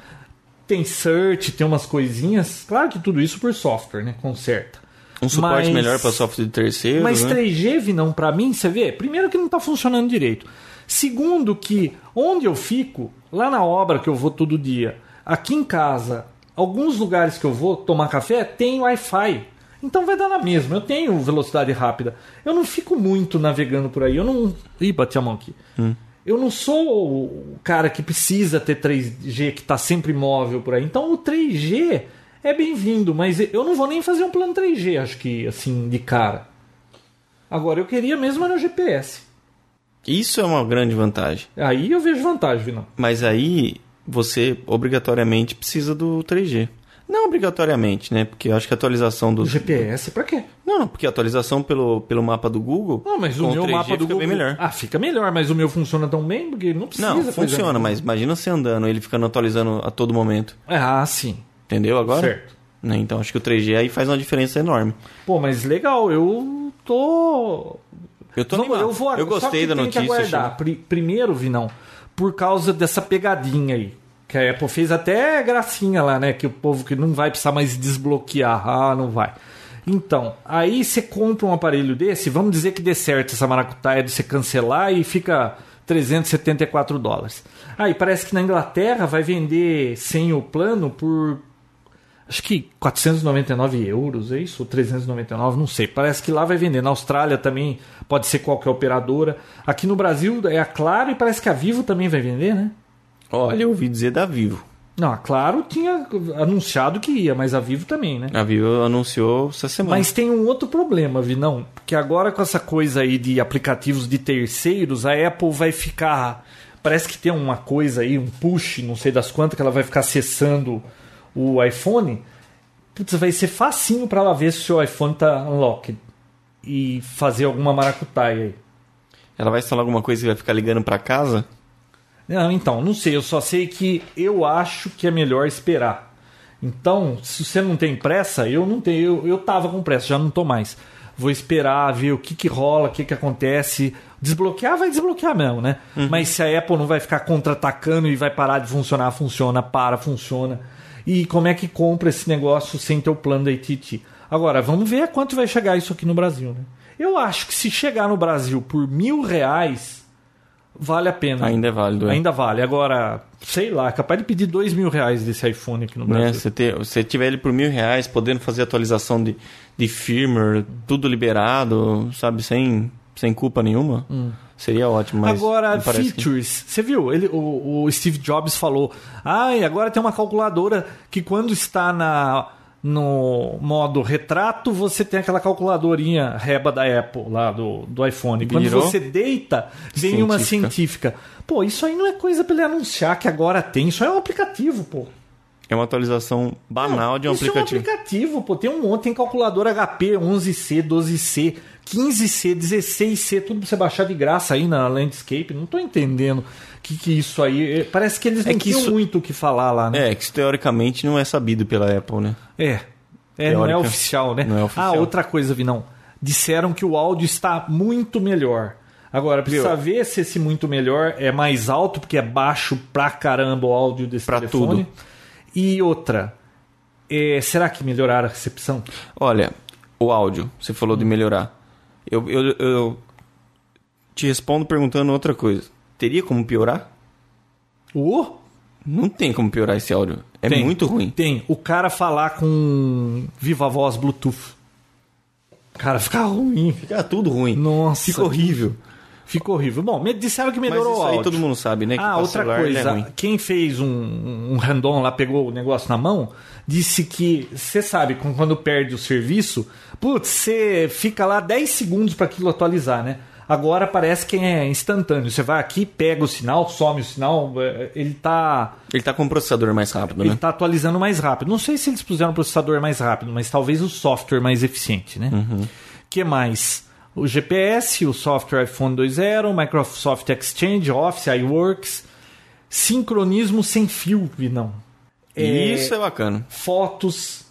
B: Tem search, tem umas coisinhas. Claro que tudo isso por software, né? Conserta.
A: Um suporte
B: Mas-
A: melhor para software de terceiro,
B: mas
A: né?
B: 3G, Vinão, pra mim, você vê, primeiro que não tá funcionando direito. Segundo que onde eu fico, lá na obra que eu vou todo dia, aqui em casa alguns lugares que eu vou tomar café tem Wi-Fi. Então vai dar na mesma. Eu tenho velocidade rápida. Eu não fico muito navegando por aí. Eu não. Ih, bati a mão aqui. Eu não sou o cara que precisa ter 3G, que tá sempre móvel por aí. Então o 3G é bem-vindo, mas eu não vou nem fazer um plano 3G, acho que assim, de cara. Agora eu queria mesmo era o GPS.
A: Isso é uma grande vantagem.
B: Aí eu vejo vantagem, não.
A: Mas aí você obrigatoriamente precisa do 3G. Não obrigatoriamente, né? Porque eu acho que a atualização do.
B: O GPS pra quê?
A: Não, não, porque a atualização pelo, pelo mapa do Google.
B: Não, mas
A: com
B: o meu
A: 3G
B: mapa do
A: fica
B: Google.
A: bem melhor.
B: Ah, fica melhor, mas o meu funciona tão bem porque não precisa.
A: não,
B: fazer
A: funciona,
B: nada.
A: mas imagina você andando, ele ficando atualizando a todo momento.
B: Ah, sim.
A: Entendeu agora?
B: Certo.
A: Né, Então acho que o 3G aí faz uma diferença enorme.
B: Pô, mas legal, eu tô.
A: Eu tô
B: Vamos,
A: animado.
B: eu vou
A: Eu
B: só
A: gostei
B: que
A: da
B: tem Que
A: notícia,
B: aguardar.
A: Chico.
B: Pri- primeiro, Vinão, por causa dessa pegadinha aí. Que a Apple fez até gracinha lá, né? Que o povo que não vai precisar mais desbloquear. Ah, não vai. Então, aí você compra um aparelho desse, vamos dizer que dê certo essa maracutaia de você cancelar e fica 374 dólares. Aí parece que na Inglaterra vai vender sem o plano por acho que 499 euros, é isso? Ou 399, não sei. Parece que lá vai vender. Na Austrália também pode ser qualquer operadora. Aqui no Brasil é a Claro e parece que a Vivo também vai vender, né?
A: Olha, eu ouvi dizer da Vivo.
B: Não, a Claro tinha anunciado que ia, mas a Vivo também, né?
A: A Vivo anunciou essa semana.
B: Mas tem um outro problema, Vinão, porque agora com essa coisa aí de aplicativos de terceiros, a Apple vai ficar. Parece que tem uma coisa aí, um push, não sei das quantas, que ela vai ficar acessando o iPhone. Putz, vai ser facinho para ela ver se o seu iPhone tá unlocked e fazer alguma maracutaia aí.
A: Ela vai instalar alguma coisa e vai ficar ligando pra casa?
B: Não, então, não sei, eu só sei que eu acho que é melhor esperar. Então, se você não tem pressa, eu não tenho, eu, eu tava com pressa, já não tô mais. Vou esperar, ver o que que rola, o que que acontece. Desbloquear vai desbloquear mesmo, né?
A: Uhum.
B: Mas se a Apple não vai ficar contra-atacando e vai parar de funcionar, funciona, para, funciona. E como é que compra esse negócio sem ter o plano da AT&T? Agora, vamos ver a quanto vai chegar isso aqui no Brasil, né? Eu acho que se chegar no Brasil por mil reais, vale a pena.
A: Ainda é válido. é.
B: Ainda vale. Agora, sei lá, é capaz de pedir dois mil reais desse iPhone aqui no
A: Né?
B: Brasil.
A: Você, ter, você tiver ele por mil reais, podendo fazer atualização de, de firmware, tudo liberado, sabe, sem, sem culpa nenhuma, seria ótimo. Mas
B: Hum. agora,
A: não parece que-
B: features. Você viu? Ele, o, o Steve Jobs falou: ai, agora tem uma calculadora que quando está na no modo retrato, você tem aquela calculadorinha reba da Apple, lá do, do iPhone. Quando
A: Virou?
B: você deita, vem uma científica. Pô, isso aí não é coisa pra ele anunciar que agora tem. Isso aí é um aplicativo, pô.
A: É uma atualização banal de um
B: Isso
A: aplicativo.
B: é um aplicativo, pô. Tem um monte, tem calculadora HP 11C, 12C, 15C, 16C, tudo pra você baixar de graça aí na Landscape. Não tô entendendo que, que isso aí. é, Parece que eles
A: É
B: não
A: que
B: tinham
A: isso-
B: muito o que falar lá, né?
A: É, que isso teoricamente não é sabido pela Apple, né?
B: É. é. não é
A: Teórica.
B: oficial, né?
A: Não é
B: Ah,
A: oficial.
B: outra coisa, Vinão. Disseram que o áudio está muito melhor. Agora, precisa
A: Viu?
B: ver se esse muito melhor é mais alto, porque é baixo pra caramba o áudio desse
A: Pra
B: telefone.
A: tudo.
B: E outra, é, será que melhoraram a recepção?
A: Olha, o áudio, você falou de
B: Hum.
A: melhorar. Eu, eu, eu te respondo perguntando outra coisa. Teria como piorar?
B: O?
A: Não tem como piorar esse áudio. É
B: Tem.
A: muito ruim.
B: Tem. O cara falar com viva voz Bluetooth. Cara, fica ruim.
A: Fica É tudo ruim.
B: Nossa.
A: Fica horrível.
B: Fica horrível. Bom, me disseram que
A: Mas
B: melhorou
A: isso
B: o
A: aí
B: áudio.
A: todo mundo sabe, né? Que
B: Ah,
A: pra
B: outra
A: celular ele é
B: coisa.
A: ruim.
B: Quem fez um, um random lá, pegou o negócio na mão, disse que, você sabe, com- quando perde o serviço, putz, você fica lá 10 segundos para aquilo atualizar, né? Agora parece que é instantâneo. Você vai aqui, pega o sinal, some o sinal, eh, ele tá
A: Ele tá com um processador mais rápido,
B: Ele tá-
A: né?
B: está atualizando mais rápido. Não sei se eles puseram um processador mais rápido, mas talvez o software mais eficiente, né?
A: Uhum.
B: que mais? O GPS, o software iPhone 2.0, Microsoft Exchange, Office, iWorks, sincronismo sem fio, não.
A: Isso é bacana.
B: Fotos,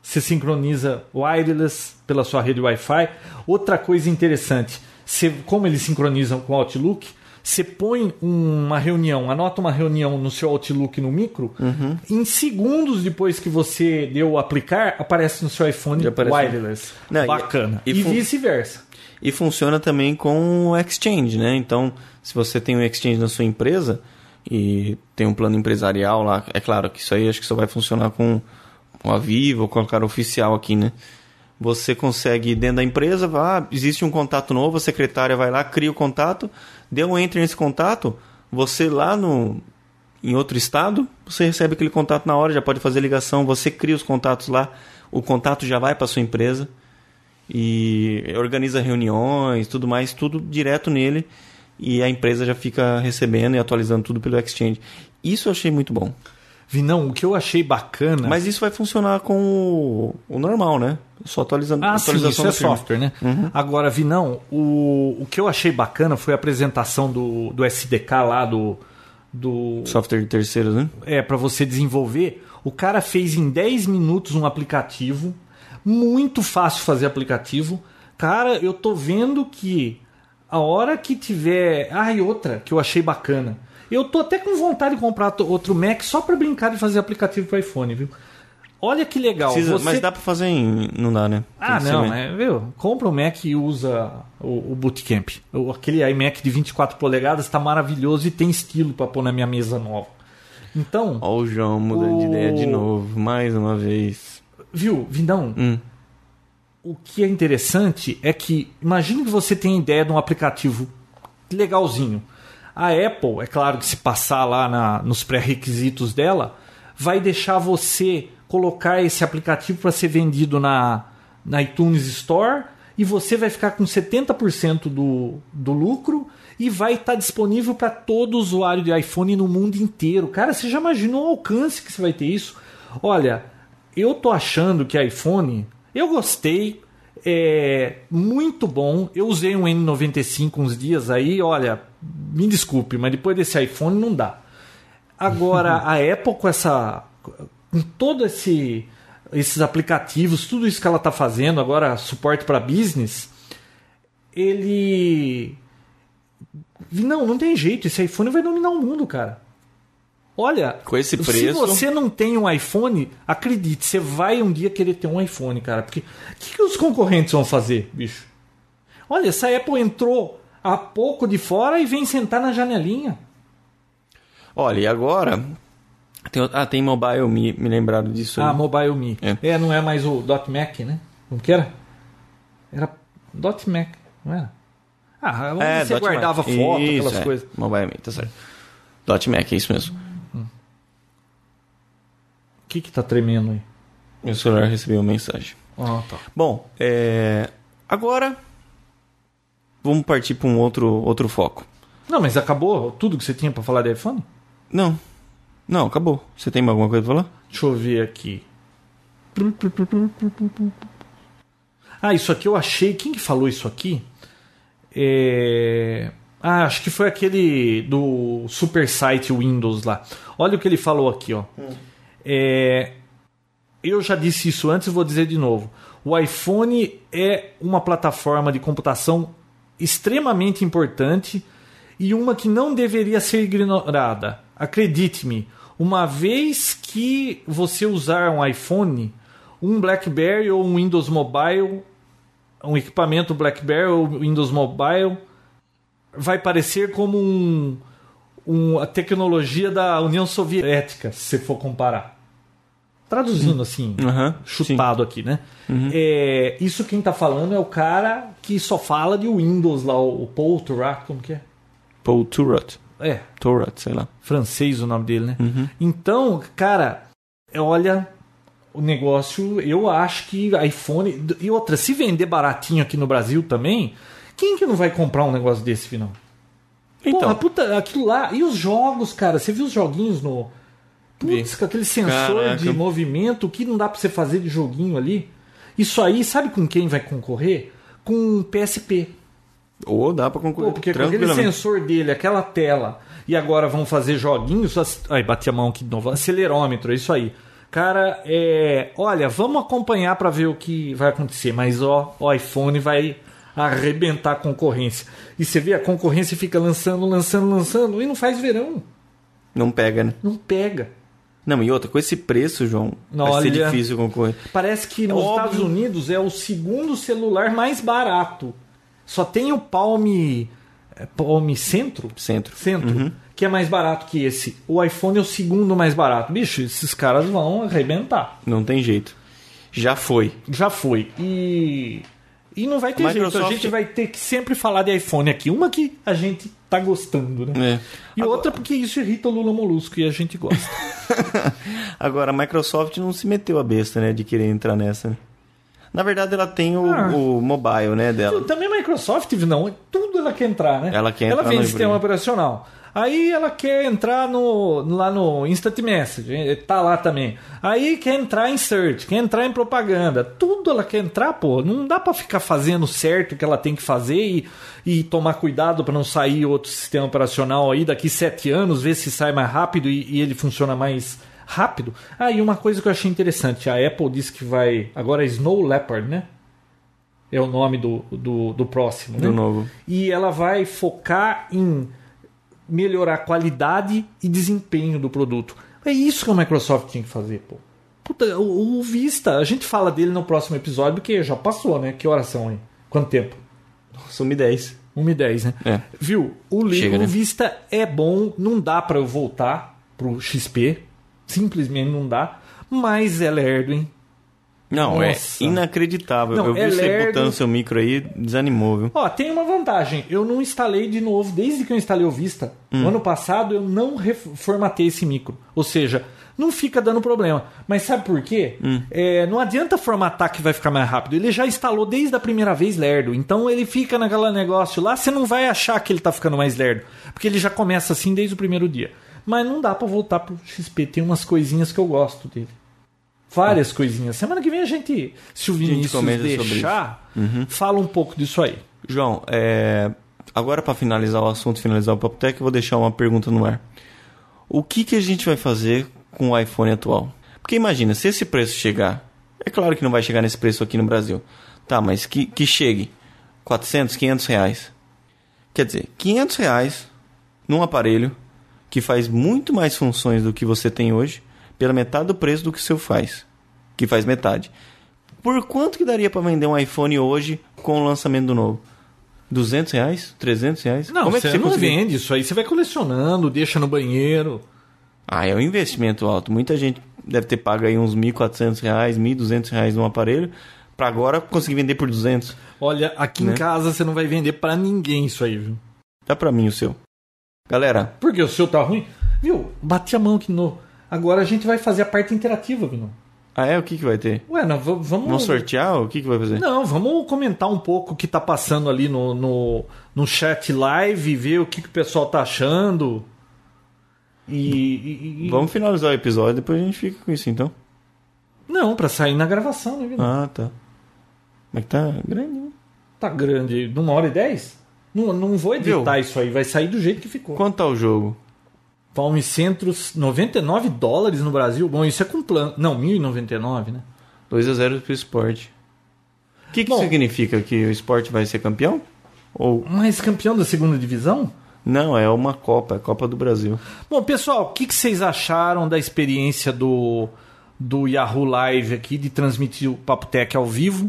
B: se sincroniza wireless pela sua rede Wi-Fi. Outra coisa interessante, você- como eles sincronizam com o Outlook, você põe uma reunião, anota uma reunião no seu Outlook no micro,
A: Uhum.
B: em segundos depois que você deu aplicar, aparece no seu iPhone
A: Já aparece.
B: wireless.
A: Não, e-
B: Bacana.
A: e
B: e
A: fun-
B: vice-versa.
A: E funciona também com o Exchange, né? Então, se você tem um Exchange na sua empresa, e tem um plano empresarial lá. É claro que isso aí acho que só vai funcionar com, com a Vivo, com a cara oficial aqui, né? Você consegue, dentro da empresa, vá, existe um contato novo, a secretária vai lá, cria o contato, deu um enter nesse contato, você lá no em outro estado, você recebe aquele contato na hora, já pode fazer ligação, você cria os contatos lá, o contato já vai para sua empresa e organiza reuniões, tudo mais, tudo direto nele e a empresa já fica recebendo e atualizando tudo pelo Exchange. Isso eu achei muito bom.
B: Vinão, o que eu achei bacana.
A: Mas isso vai funcionar com o, o normal, né? Só atualizando
B: ah, sim,
A: atualização
B: isso é
A: do firmware.
B: software, né?
A: Uhum.
B: Agora, Vinão, o, o que eu achei bacana foi a apresentação do, do SDK lá do. do
A: Software de terceiros, né?
B: é para você desenvolver. O cara fez em 10 minutos um aplicativo. Muito fácil fazer aplicativo. Cara, eu tô vendo que a hora que tiver. Ah, e outra que eu achei bacana. Eu tô até com vontade de comprar to- outro Mac só pra brincar de fazer aplicativo pro iPhone, viu? Olha que legal.
A: Precisa-
B: você-
A: Mas dá pra fazer em. Não dá, né? Tem
B: ah,
A: que ser
B: não,
A: mesmo.
B: é, viu? Compra o Mac e usa o, o Bootcamp. O- aquele iMac de 24 polegadas tá maravilhoso e tem estilo pra pôr na minha mesa nova. Então,
A: Ó, o João mudando de
B: O-
A: ideia de novo, mais uma vez.
B: viu, Vindão?
A: Hum.
B: O que é interessante é que, imagine que você tem a ideia de um aplicativo legalzinho. A Apple, é claro que se passar lá na- nos pré-requisitos dela, vai deixar você colocar esse aplicativo para ser vendido na, na iTunes Store e você vai ficar com 70% do, do lucro e vai estar disponível para todo usuário de iPhone no mundo inteiro. Cara, você já imaginou o alcance que você vai ter isso? Olha, eu tô achando que iPhone, eu gostei, é muito bom. Eu usei um N95 uns dias aí, olha, me desculpe, mas depois desse iPhone não dá. Agora, a Apple com essa. com todo esse. Esses aplicativos, tudo isso que ela está fazendo agora, suporte para business, ele. Não, não tem jeito. Esse iPhone vai dominar o mundo, cara. Olha,
A: Com esse
B: se
A: preço-
B: você não tem um iPhone, acredite, você vai um dia querer ter um iPhone, cara. Porque o que, que os concorrentes vão fazer, bicho? Olha, essa Apple entrou há pouco de fora e vem sentar na janelinha.
A: Olha, e agora. Tem, o- ah, tem mobile, me, me lembraram disso.
B: Ah,
A: aí.
B: Mobile Me. É.
A: É.
B: não é mais o Dot .Mac, né? Como que era? Era Dot .Mac, não era? Ah, onde
A: É,
B: você
A: Dot Mac.
B: guardava foto,
A: Isso,
B: aquelas
A: é.
B: coisas.
A: Mobile, Me, tá certo. Dot Mac, é isso mesmo.
B: O que que tá tremendo aí?
A: Meu celular recebeu uma mensagem.
B: Ah, tá.
A: Bom, é, agora vamos partir para um outro, outro foco.
B: Não, mas acabou tudo que você tinha pra falar de iPhone?
A: Não, não, acabou. Você tem alguma coisa pra falar?
B: Deixa eu ver aqui. Ah, isso aqui eu achei. Quem que falou isso aqui? É... Ah, acho que foi aquele do Super Site Windows lá. Olha o que ele falou aqui, ó.
A: Hum.
B: É, Eu já disse isso antes e vou dizer de novo. O iPhone é uma plataforma de computação extremamente importante e uma que não deveria ser ignorada. Acredite-me, uma vez que você usar um iPhone, um BlackBerry ou um Windows Mobile, um equipamento BlackBerry ou Windows Mobile, vai parecer como um, um- a tecnologia da União Soviética, se você for comparar. Traduzindo assim,
A: Aham,
B: chutado aqui, né? É, isso quem tá falando é o cara que só fala de Windows lá, o Paul Turak, como que é?
A: Paul Turret,
B: É,
A: Turret, sei lá.
B: francês o nome dele, né?
A: Uhum.
B: Então, cara, é, olha, o negócio, eu acho que iPhone. E outra, se vender baratinho aqui no Brasil também, quem que não vai comprar um negócio desse, final?
A: Então,
B: Porra, puta, aquilo lá. E os jogos, cara? Você viu os joguinhos no. Putz, com aquele sensor
A: Caraca.
B: de movimento que não dá pra você fazer de joguinho ali. Isso aí, sabe com quem vai concorrer? Com o PSP.
A: ou dá pra
B: Pô,
A: concorrer
B: porque com aquele
A: tranquilamente.
B: sensor dele, aquela tela, e agora vão fazer joguinhos. ac- Ai, bati a mão aqui de novo. Acelerômetro, é isso aí. Cara, é. Olha, vamos acompanhar pra ver o que vai acontecer. Mas ó, o iPhone vai arrebentar a concorrência. E você vê, a concorrência fica lançando, lançando, lançando, e não faz verão.
A: Não pega, né?
B: Não pega.
A: Não, e outra, com esse preço, João, vai
B: Olha.
A: ser difícil concorrer.
B: Parece que nos
A: óbvio.
B: Estados Unidos é o segundo celular mais barato. Só tem o Palm é, Palme Centro?
A: Centro. Uhum.
B: Centro. Que é mais barato que esse. O iPhone é o segundo mais barato. Bicho, esses caras vão arrebentar.
A: Não tem jeito. Já foi.
B: Já foi. E. E não vai ter jeito. A
A: Microsoft-
B: gente vai ter que sempre falar de iPhone aqui. Uma que a gente tá gostando, né?
A: É.
B: E outra porque isso irrita o Lula Molusco e a gente gosta.
A: Agora, a Microsoft não se meteu a besta, né? De querer entrar nessa. né? Na verdade, ela tem o,
B: Ah.
A: o mobile, né? Dela.
B: Também a Microsoft, não, é tudo ela quer entrar, né?
A: Ela quer
B: Ela
A: entrar
B: vende
A: no
B: sistema
A: híbrido.
B: operacional. Aí ela quer entrar no, lá no Instant Message, tá lá também. Aí quer entrar em search, quer entrar em propaganda. Tudo ela quer entrar, pô. Não dá pra ficar fazendo certo o que ela tem que fazer e, e tomar cuidado pra não sair outro sistema operacional aí daqui sete anos, ver se sai mais rápido e, e ele funciona mais rápido. Ah, e uma coisa que eu achei interessante, a Apple disse que vai. Agora é Snow Leopard, né? é o nome do, do, do próximo. né?
A: Do novo.
B: E ela vai focar em melhorar a qualidade e desempenho do produto. É isso que a Microsoft tinha que fazer, pô. Puta, o, o Vista, a gente fala dele no próximo episódio, porque já passou, né? Que horas são aí? Quanto tempo?
A: Sumi 10.
B: 1 e 10, né?
A: É.
B: Viu? O, li-
A: Chega,
B: o
A: né?
B: Vista é bom, não dá pra eu voltar pro XP. Simplesmente não dá. Mas é lerdo, hein?
A: Não,
B: Nossa.
A: é inacreditável.
B: Não,
A: Eu vi
B: é
A: você
B: lerdo.
A: botando seu micro aí, desanimou, viu?
B: Ó, tem uma vantagem. Eu não instalei de novo, desde que eu instalei o Vista,
A: Hum.
B: no ano passado, eu não reformatei esse micro. Ou seja, não fica dando problema. Mas sabe por quê?
A: Hum.
B: É, não adianta formatar que vai ficar mais rápido. Ele já instalou desde a primeira vez lerdo. Então ele fica naquela negócio lá, você não vai achar que ele tá ficando mais lerdo. Porque ele já começa assim desde o primeiro dia. Mas não dá pra voltar pro XP. Tem umas coisinhas que eu gosto dele. Várias coisinhas. Semana que vem a gente, se o Vinícius
A: Hum. comenta sobre isso. Uhum.
B: deixar, fala um pouco disso aí.
A: João, é, agora para finalizar o assunto, finalizar o Papo Tech, eu vou deixar uma pergunta no ar. O que, que a gente vai fazer com o iPhone atual? Porque imagina, se esse preço chegar... É claro que não vai chegar nesse preço aqui no Brasil. Tá, mas que, que chegue. 400, 500 reais. Quer dizer, 500 reais num aparelho que faz muito mais funções do que você tem hoje, pela metade do preço do que o seu faz. Que faz metade. Por quanto que daria para vender um iPhone hoje com o lançamento do novo? 200 reais? 300 reais?
B: Não,
A: Como é que
B: você,
A: você
B: não
A: conseguiu?
B: vende isso aí. Você vai colecionando, deixa no banheiro.
A: Ah, é um investimento alto. Muita gente deve ter pago aí uns 1.400 reais, 1.200 reais num aparelho, para agora conseguir vender por 200.
B: Olha, aqui em
A: Né?
B: casa você não vai vender pra ninguém isso aí, viu?
A: Dá para mim o seu. Galera,
B: Porque o seu tá ruim. Viu? Bati a mão aqui no. Agora a gente vai fazer a parte interativa, Vino.
A: ah é? O que, que vai ter?
B: Ué, não, va- vamos.
A: Vamos sortear? O que, que vai fazer?
B: Não, vamos comentar um pouco o que tá passando ali no, no, no chat live, ver o que, que o pessoal tá achando. E. e- e-
A: Vamos finalizar o episódio, depois a gente fica com isso então.
B: Não, pra sair na gravação, né, Vino?
A: Ah, tá. Mas tá grande, né?
B: Tá grande aí. Numa hora e dez? Não, não vou editar
A: Viu?
B: isso aí, vai sair do jeito que ficou.
A: Quanto tá o jogo?
B: Palme Centros, 99 dólares no Brasil. Bom, isso é com plano. Não, 1.099, né?
A: 2x0 pro esporte. O que, que
B: Bom.
A: significa? Que o esporte vai ser campeão? Ou.
B: Mas campeão da segunda divisão?
A: Não, é uma Copa, é a Copa do Brasil.
B: Bom, pessoal, o que, que vocês acharam da experiência do, do Yahoo Live aqui, de transmitir o Papo Tech ao vivo?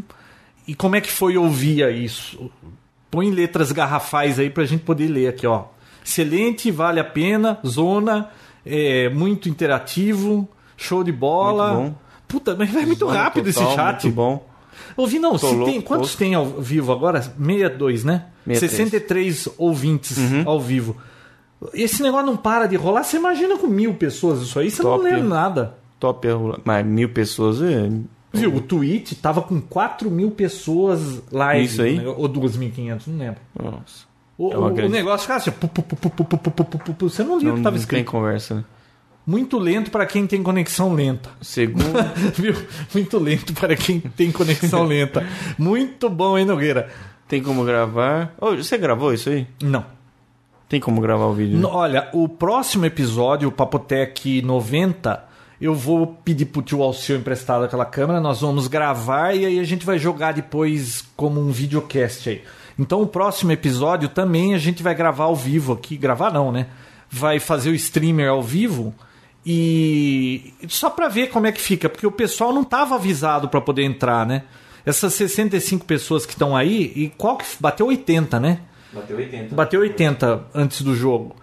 B: E como é que foi ouvir isso? Põe letras garrafais aí pra gente poder ler aqui, ó. Excelente, vale a pena, zona, é, muito interativo, show de bola.
A: Muito bom.
B: Puta, mas vai muito rápido
A: Total,
B: esse chat.
A: tá Muito bom.
B: Ouvi, não,
A: Tô
B: se
A: louco,
B: tem, quantos
A: tô.
B: tem ao vivo agora? 62, né?
A: 63.
B: 63 ouvintes
A: Uhum.
B: ao vivo. Esse negócio não para de rolar, você imagina com mil pessoas isso aí, você
A: Top.
B: não lê nada.
A: Top é rolar. Mas mil pessoas é.
B: Viu, o Twitch tava com 4 mil pessoas live.
A: Isso aí?
B: né? Ou 2.500, não lembro.
A: Nossa.
B: O,
A: É uma
B: o- o
A: grande-
B: negócio ficava assim, pu, pu, pu, pu, pu, pu, pu, pu, pu, pu, você não lia o
A: Não,
B: que tava
A: não tem
B: escrito.
A: conversa, né?
B: Muito lento para quem tem conexão lenta. [laughs]
A: Segundo. [laughs]
B: Viu? Muito lento para quem tem conexão lenta. Muito bom, hein, Nogueira?
A: tem como gravar. Ô, você gravou isso aí?
B: Não.
A: Tem como gravar o vídeo? né?
B: No- Olha, o próximo episódio, o Papotec 90, eu vou pedir pro tio Alceu emprestado aquela câmera, nós vamos gravar e aí a gente vai jogar depois como um videocast aí. Então o próximo episódio também a gente vai gravar ao vivo aqui, gravar não, né? Vai fazer o streamer ao vivo e só pra ver como é que fica, porque o pessoal não tava avisado pra poder entrar, né? Essas 65 pessoas que estão aí, e qual que bateu 80, né?
A: Bateu 80.
B: bateu 80 antes do jogo.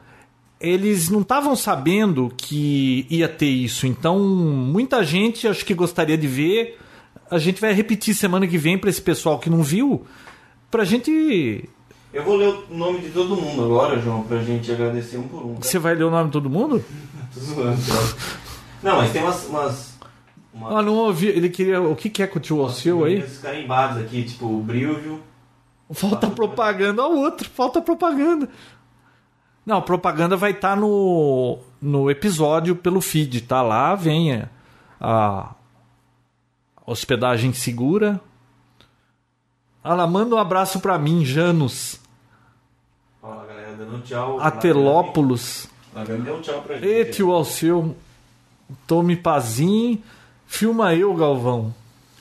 B: Eles não estavam sabendo que ia ter isso, então muita gente acho que gostaria de ver. A gente vai repetir semana que vem para esse pessoal que não viu, pra gente.
A: Eu vou ler o nome de todo mundo agora, João, pra gente agradecer um por um. tá?
B: Você vai ler o nome de todo mundo?
A: Tô zoando, João. Não, mas tem umas. umas uma-
B: Ah, não ouvi. Ele queria. O que, que é com o tio Alceu aí?
A: Esses carimbados aqui, tipo o Brilvio.
B: Falta propaganda ao outro, falta propaganda. Não, a propaganda vai estar no, no episódio pelo feed, tá lá, venha. A hospedagem segura. Ela manda um abraço pra mim, Janus,
A: Ó, a galera dando um tchau.
B: Atelópolis,
A: Lá vem- lá vem- Deu um tchau pra gente.
B: Ê, tio Alceu, Tome Pazin, filma eu, Galvão.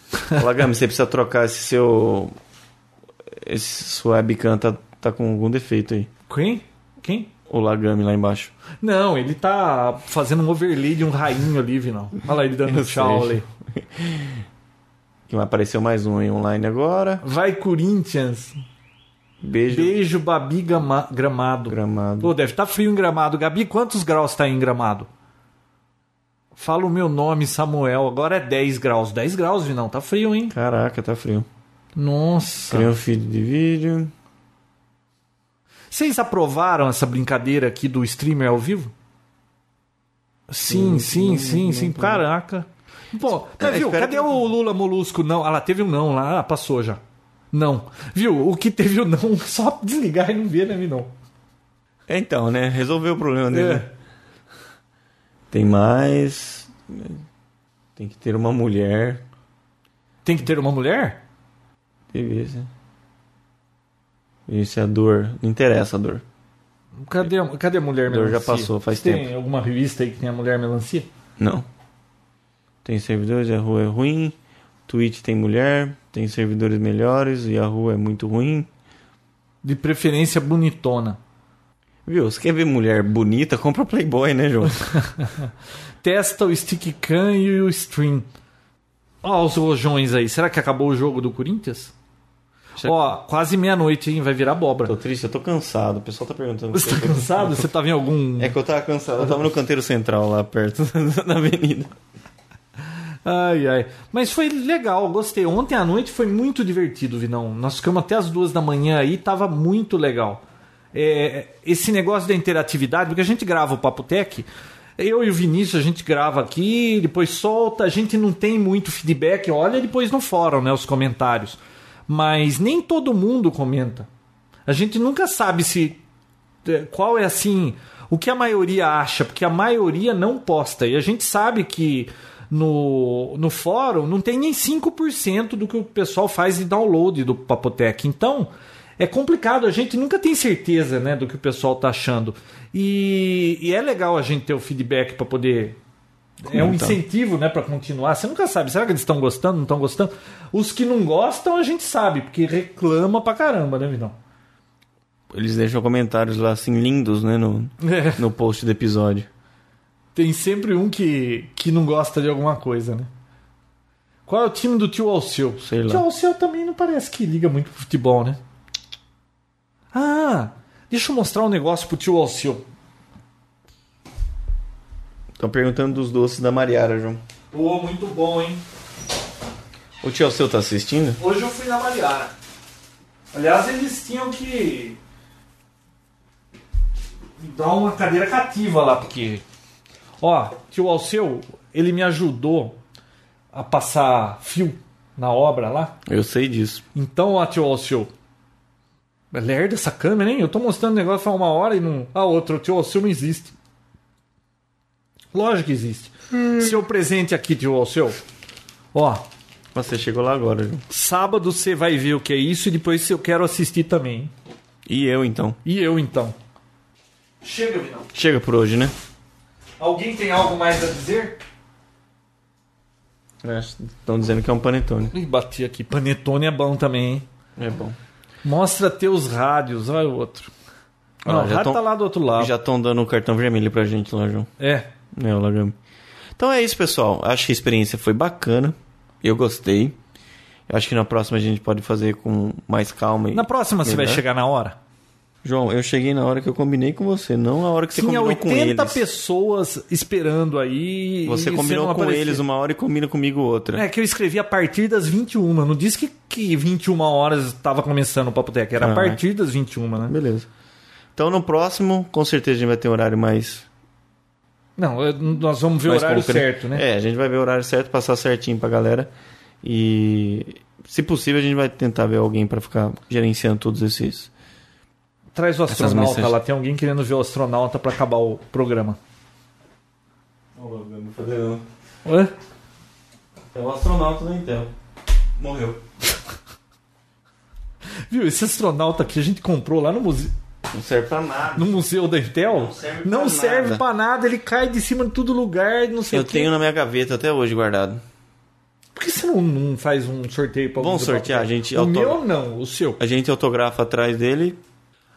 A: Fala, Gami, você precisa trocar esse seu. Esse sua webcam tá, tá com algum defeito aí.
B: Quem? Quem?
A: O Lagami lá embaixo.
B: Não, ele tá fazendo um overlay de um rainho ali, Vinão. Olha lá ele dando
A: Eu
B: tchau
A: sei.
B: ali.
A: Que apareceu mais um aí online agora.
B: Vai, Corinthians.
A: Beijo,
B: Beijo, Babi Gama- Gramado.
A: gramado.
B: Pô, deve estar frio em Gramado. Gabi, quantos graus tá aí em Gramado? Fala o meu nome, Samuel. Agora é 10 graus. 10 graus, Vinão. Tá frio, hein?
A: Caraca, tá frio.
B: Nossa.
A: Cria um feed de vídeo.
B: Vocês aprovaram essa brincadeira aqui do streamer ao vivo? Sim, sim, sim, sim. Caraca. Pô, mas
A: É,
B: viu?
A: espero
B: Cadê
A: que-
B: o Lula Molusco? Não. Ah, lá teve um não lá. Ah, passou já. Não. Viu? O que teve o não, [laughs] só desligar e não ver, né, Vinão?
A: É, Então, né? Resolveu o problema dele.
B: É.
A: né? Tem mais. Tem que ter uma mulher.
B: Tem que ter uma mulher?
A: Teve esse. Isso é a dor. Não interessa a dor.
B: Cadê, cadê a Mulher
A: Dor
B: Melancia?
A: já passou, faz
B: Tem
A: tempo.
B: alguma revista aí que tem a Mulher Melancia?
A: Não. Tem servidores, Yahoo é ruim. Twitch tem mulher. Tem servidores melhores, Yahoo é muito ruim.
B: De preferência bonitona.
A: Viu? Você quer ver mulher bonita? Compra o Playboy, né,
B: [laughs]
A: João?
B: Testa o Stick Can e o Stream. Ó, os rojões aí. Será que acabou o jogo do Corinthians?
A: Já-
B: Ó, quase meia-noite, hein? Vai virar abóbora.
A: tô triste, eu tô cansado. O pessoal tá perguntando.
B: Você
A: se eu
B: tá
A: tô
B: cansado? Você tava em algum.
A: É que eu tava cansado, eu tava no canteiro central lá perto [laughs] da avenida.
B: Ai, ai. Mas foi legal, gostei. Ontem à noite foi muito divertido, Vinão. Nós ficamos até as duas da manhã aí, tava muito legal. É, esse negócio da interatividade, porque a gente grava o Papo Tech, eu e o Vinícius a gente grava aqui, depois solta, a gente não tem muito feedback, olha depois no fórum, né, os comentários. Mas nem todo mundo comenta. A gente nunca sabe se é, qual é assim o que a maioria acha, porque a maioria não posta. E a gente sabe que no, no fórum não tem nem 5% do que o pessoal faz de download do Papotec. Então é complicado, a gente nunca tem certeza né, do que o pessoal está achando. E, e é legal a gente ter o feedback para poder é um
A: Comentar.
B: incentivo, né, para continuar. Você nunca sabe, será que eles estão gostando, não estão gostando? Os que não gostam, a gente sabe, porque reclama pra caramba, né, Vinão?
A: Eles deixam comentários lá assim lindos, né, no,
B: É.
A: no post do episódio.
B: Tem sempre um que, que não gosta de alguma coisa, né? Qual é o time do tio Alceu?
A: Sei lá.
B: Tio Alceu também não parece que liga muito pro futebol, né? Ah, deixa eu mostrar um negócio pro tio Alceu.
A: Estão perguntando dos doces da Mariara, João.
B: Pô, muito bom, hein?
A: O tio seu tá assistindo?
B: Hoje eu fui na Mariara. Aliás, eles tinham que dar uma cadeira cativa lá, porque. Ó, tio Alceu, ele me ajudou a passar fio na obra lá.
A: Eu sei disso.
B: Então, ó, tio Alceu. É Lerda essa câmera, hein? Eu tô mostrando o negócio há uma hora e não. Ah, outro, o tio Alceu não existe. Lógico que existe. Seu presente aqui, tio Alceu. Ó,
A: Mas você chegou lá agora, João.
B: sábado você vai ver o que é isso e depois eu quero assistir também. hein?
A: E eu então.
B: E eu então. Chega, Vinão.
A: Chega por hoje, né?
B: Alguém tem algo mais a dizer?
A: Estão dizendo que é um panetone.
B: Ih, bati aqui. Panetone é bom também, hein?
A: É bom.
B: Mostra teus rádios. Olha o outro.
A: Ah,
B: Não, o
A: já
B: rádio
A: tão-
B: tá lá do outro lado.
A: Já estão dando o cartão vermelho pra gente lá, João.
B: É.
A: É, o Lagami. Então é isso, pessoal. Acho que a experiência foi bacana. Eu gostei. Eu acho que na próxima a gente pode fazer com mais calma. E
B: Na próxima você vai
A: melhor.
B: chegar na hora?
A: João, eu cheguei na hora que eu combinei com você, não a hora que você
B: Tinha
A: combinou com
B: 80
A: eles.
B: pessoas esperando aí.
A: Você
B: e
A: combinou
B: não
A: com
B: aparecia.
A: eles um- uma hora e combina comigo outra.
B: É que eu escrevi a partir das 21. Eu não disse que, que 21 horas estava começando o Papo Tech. Era
A: Ah,
B: a partir das 21, né?
A: Beleza. Então no próximo, com certeza a gente vai ter um horário mais.
B: Não, eu- nós vamos ver o
A: mais
B: horário
A: pouco, né?
B: certo, né?
A: É, a gente vai ver o horário certo, passar certinho pra galera. E se possível, a gente vai tentar ver alguém pra ficar gerenciando todos esses.
B: Traz o astronauta
A: mensagens.
B: lá. Tem alguém querendo ver o astronauta pra acabar o programa.
A: Não vou fazer um. não.
B: Hã?
A: É o astronauta da Intel. Morreu.
B: Viu, esse astronauta que a gente comprou lá no museu,
A: Não serve pra nada.
B: no museu da Intel não
A: serve
B: serve,
A: pra
B: pra,
A: nada.
B: nada. Ele cai de cima de todo lugar, não sei
A: Eu
B: o quê.
A: tenho na minha gaveta até hoje guardado.
B: Por que você não, não faz um sorteio pra alguém
A: Vamos
B: do Papo
A: sortear,
B: Tech?
A: gente,
B: O
A: autógrafo.
B: meu não, o seu.
A: A gente autografa atrás dele.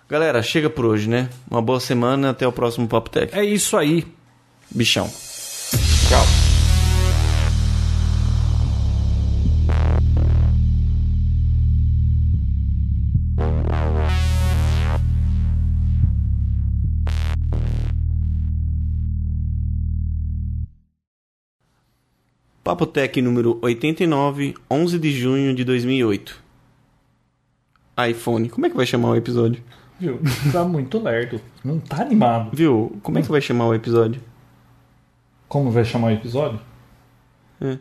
A: Galera, chega por hoje, né? Uma boa semana, até o próximo Papo Tech.
B: É isso aí.
A: Bichão. Papo Tech número 89, 11 de junho de 2008. iPhone. Como é que vai chamar o episódio?
B: Viu, tá muito lerdo. Não tá animado.
A: Viu? Como é que vai chamar o episódio?
B: Como vai chamar o episódio?
A: É.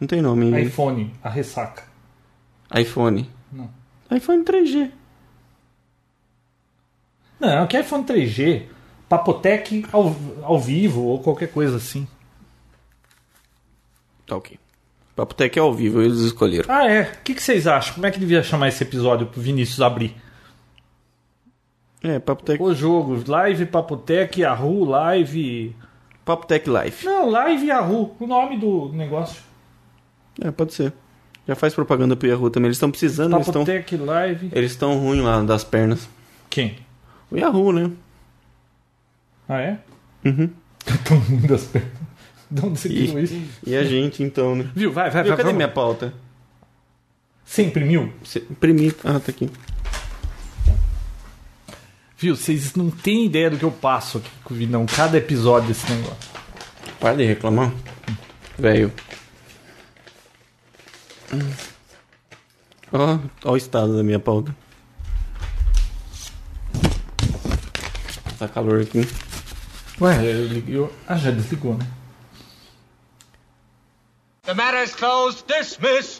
A: Não tem nome
B: Uhum.
A: ainda.
B: iPhone, a ressaca.
A: iPhone.
B: Não.
A: iPhone 3G.
B: Não, que iPhone 3G, Papotec ao, ao vivo ou qualquer coisa assim.
A: Tá ok. Papo Tech é ao vivo, eles escolheram.
B: Ah, é. O que, que vocês acham? Como é que devia chamar esse episódio pro Vinícius abrir?
A: É, Papo Tech,
B: O jogo, Live Papotec, Yahoo, Live.
A: Papo Tech Life.
B: Não, Live Yahoo, o nome do negócio.
A: É, pode ser. Já faz propaganda pro Yahoo também. Eles estão precisando, eles estão
B: Papotec Live.
A: eles estão ruim lá das pernas.
B: Quem?
A: O Yahoo, né?
B: Ah, é? [laughs]
A: Uhum.
B: Tão ruim das pernas. De onde você tirou isso?
A: E, e a gente, então, né?
B: Viu, vai, vai,
A: Viu,
B: vai.
A: cadê
B: vamos.
A: minha pauta?
B: Você imprimiu?
A: Você imprimi. Ah, tá aqui.
B: Viu, vocês não têm ideia do que eu passo aqui com o Vinão, cada episódio desse negócio.
A: Para de reclamar. Velho. Ó, ó o estado da minha pauta. Tá calor aqui.
B: Ué, eu liguei. eu- Ah, já desligou, né?
C: The matter is closed. Dismiss.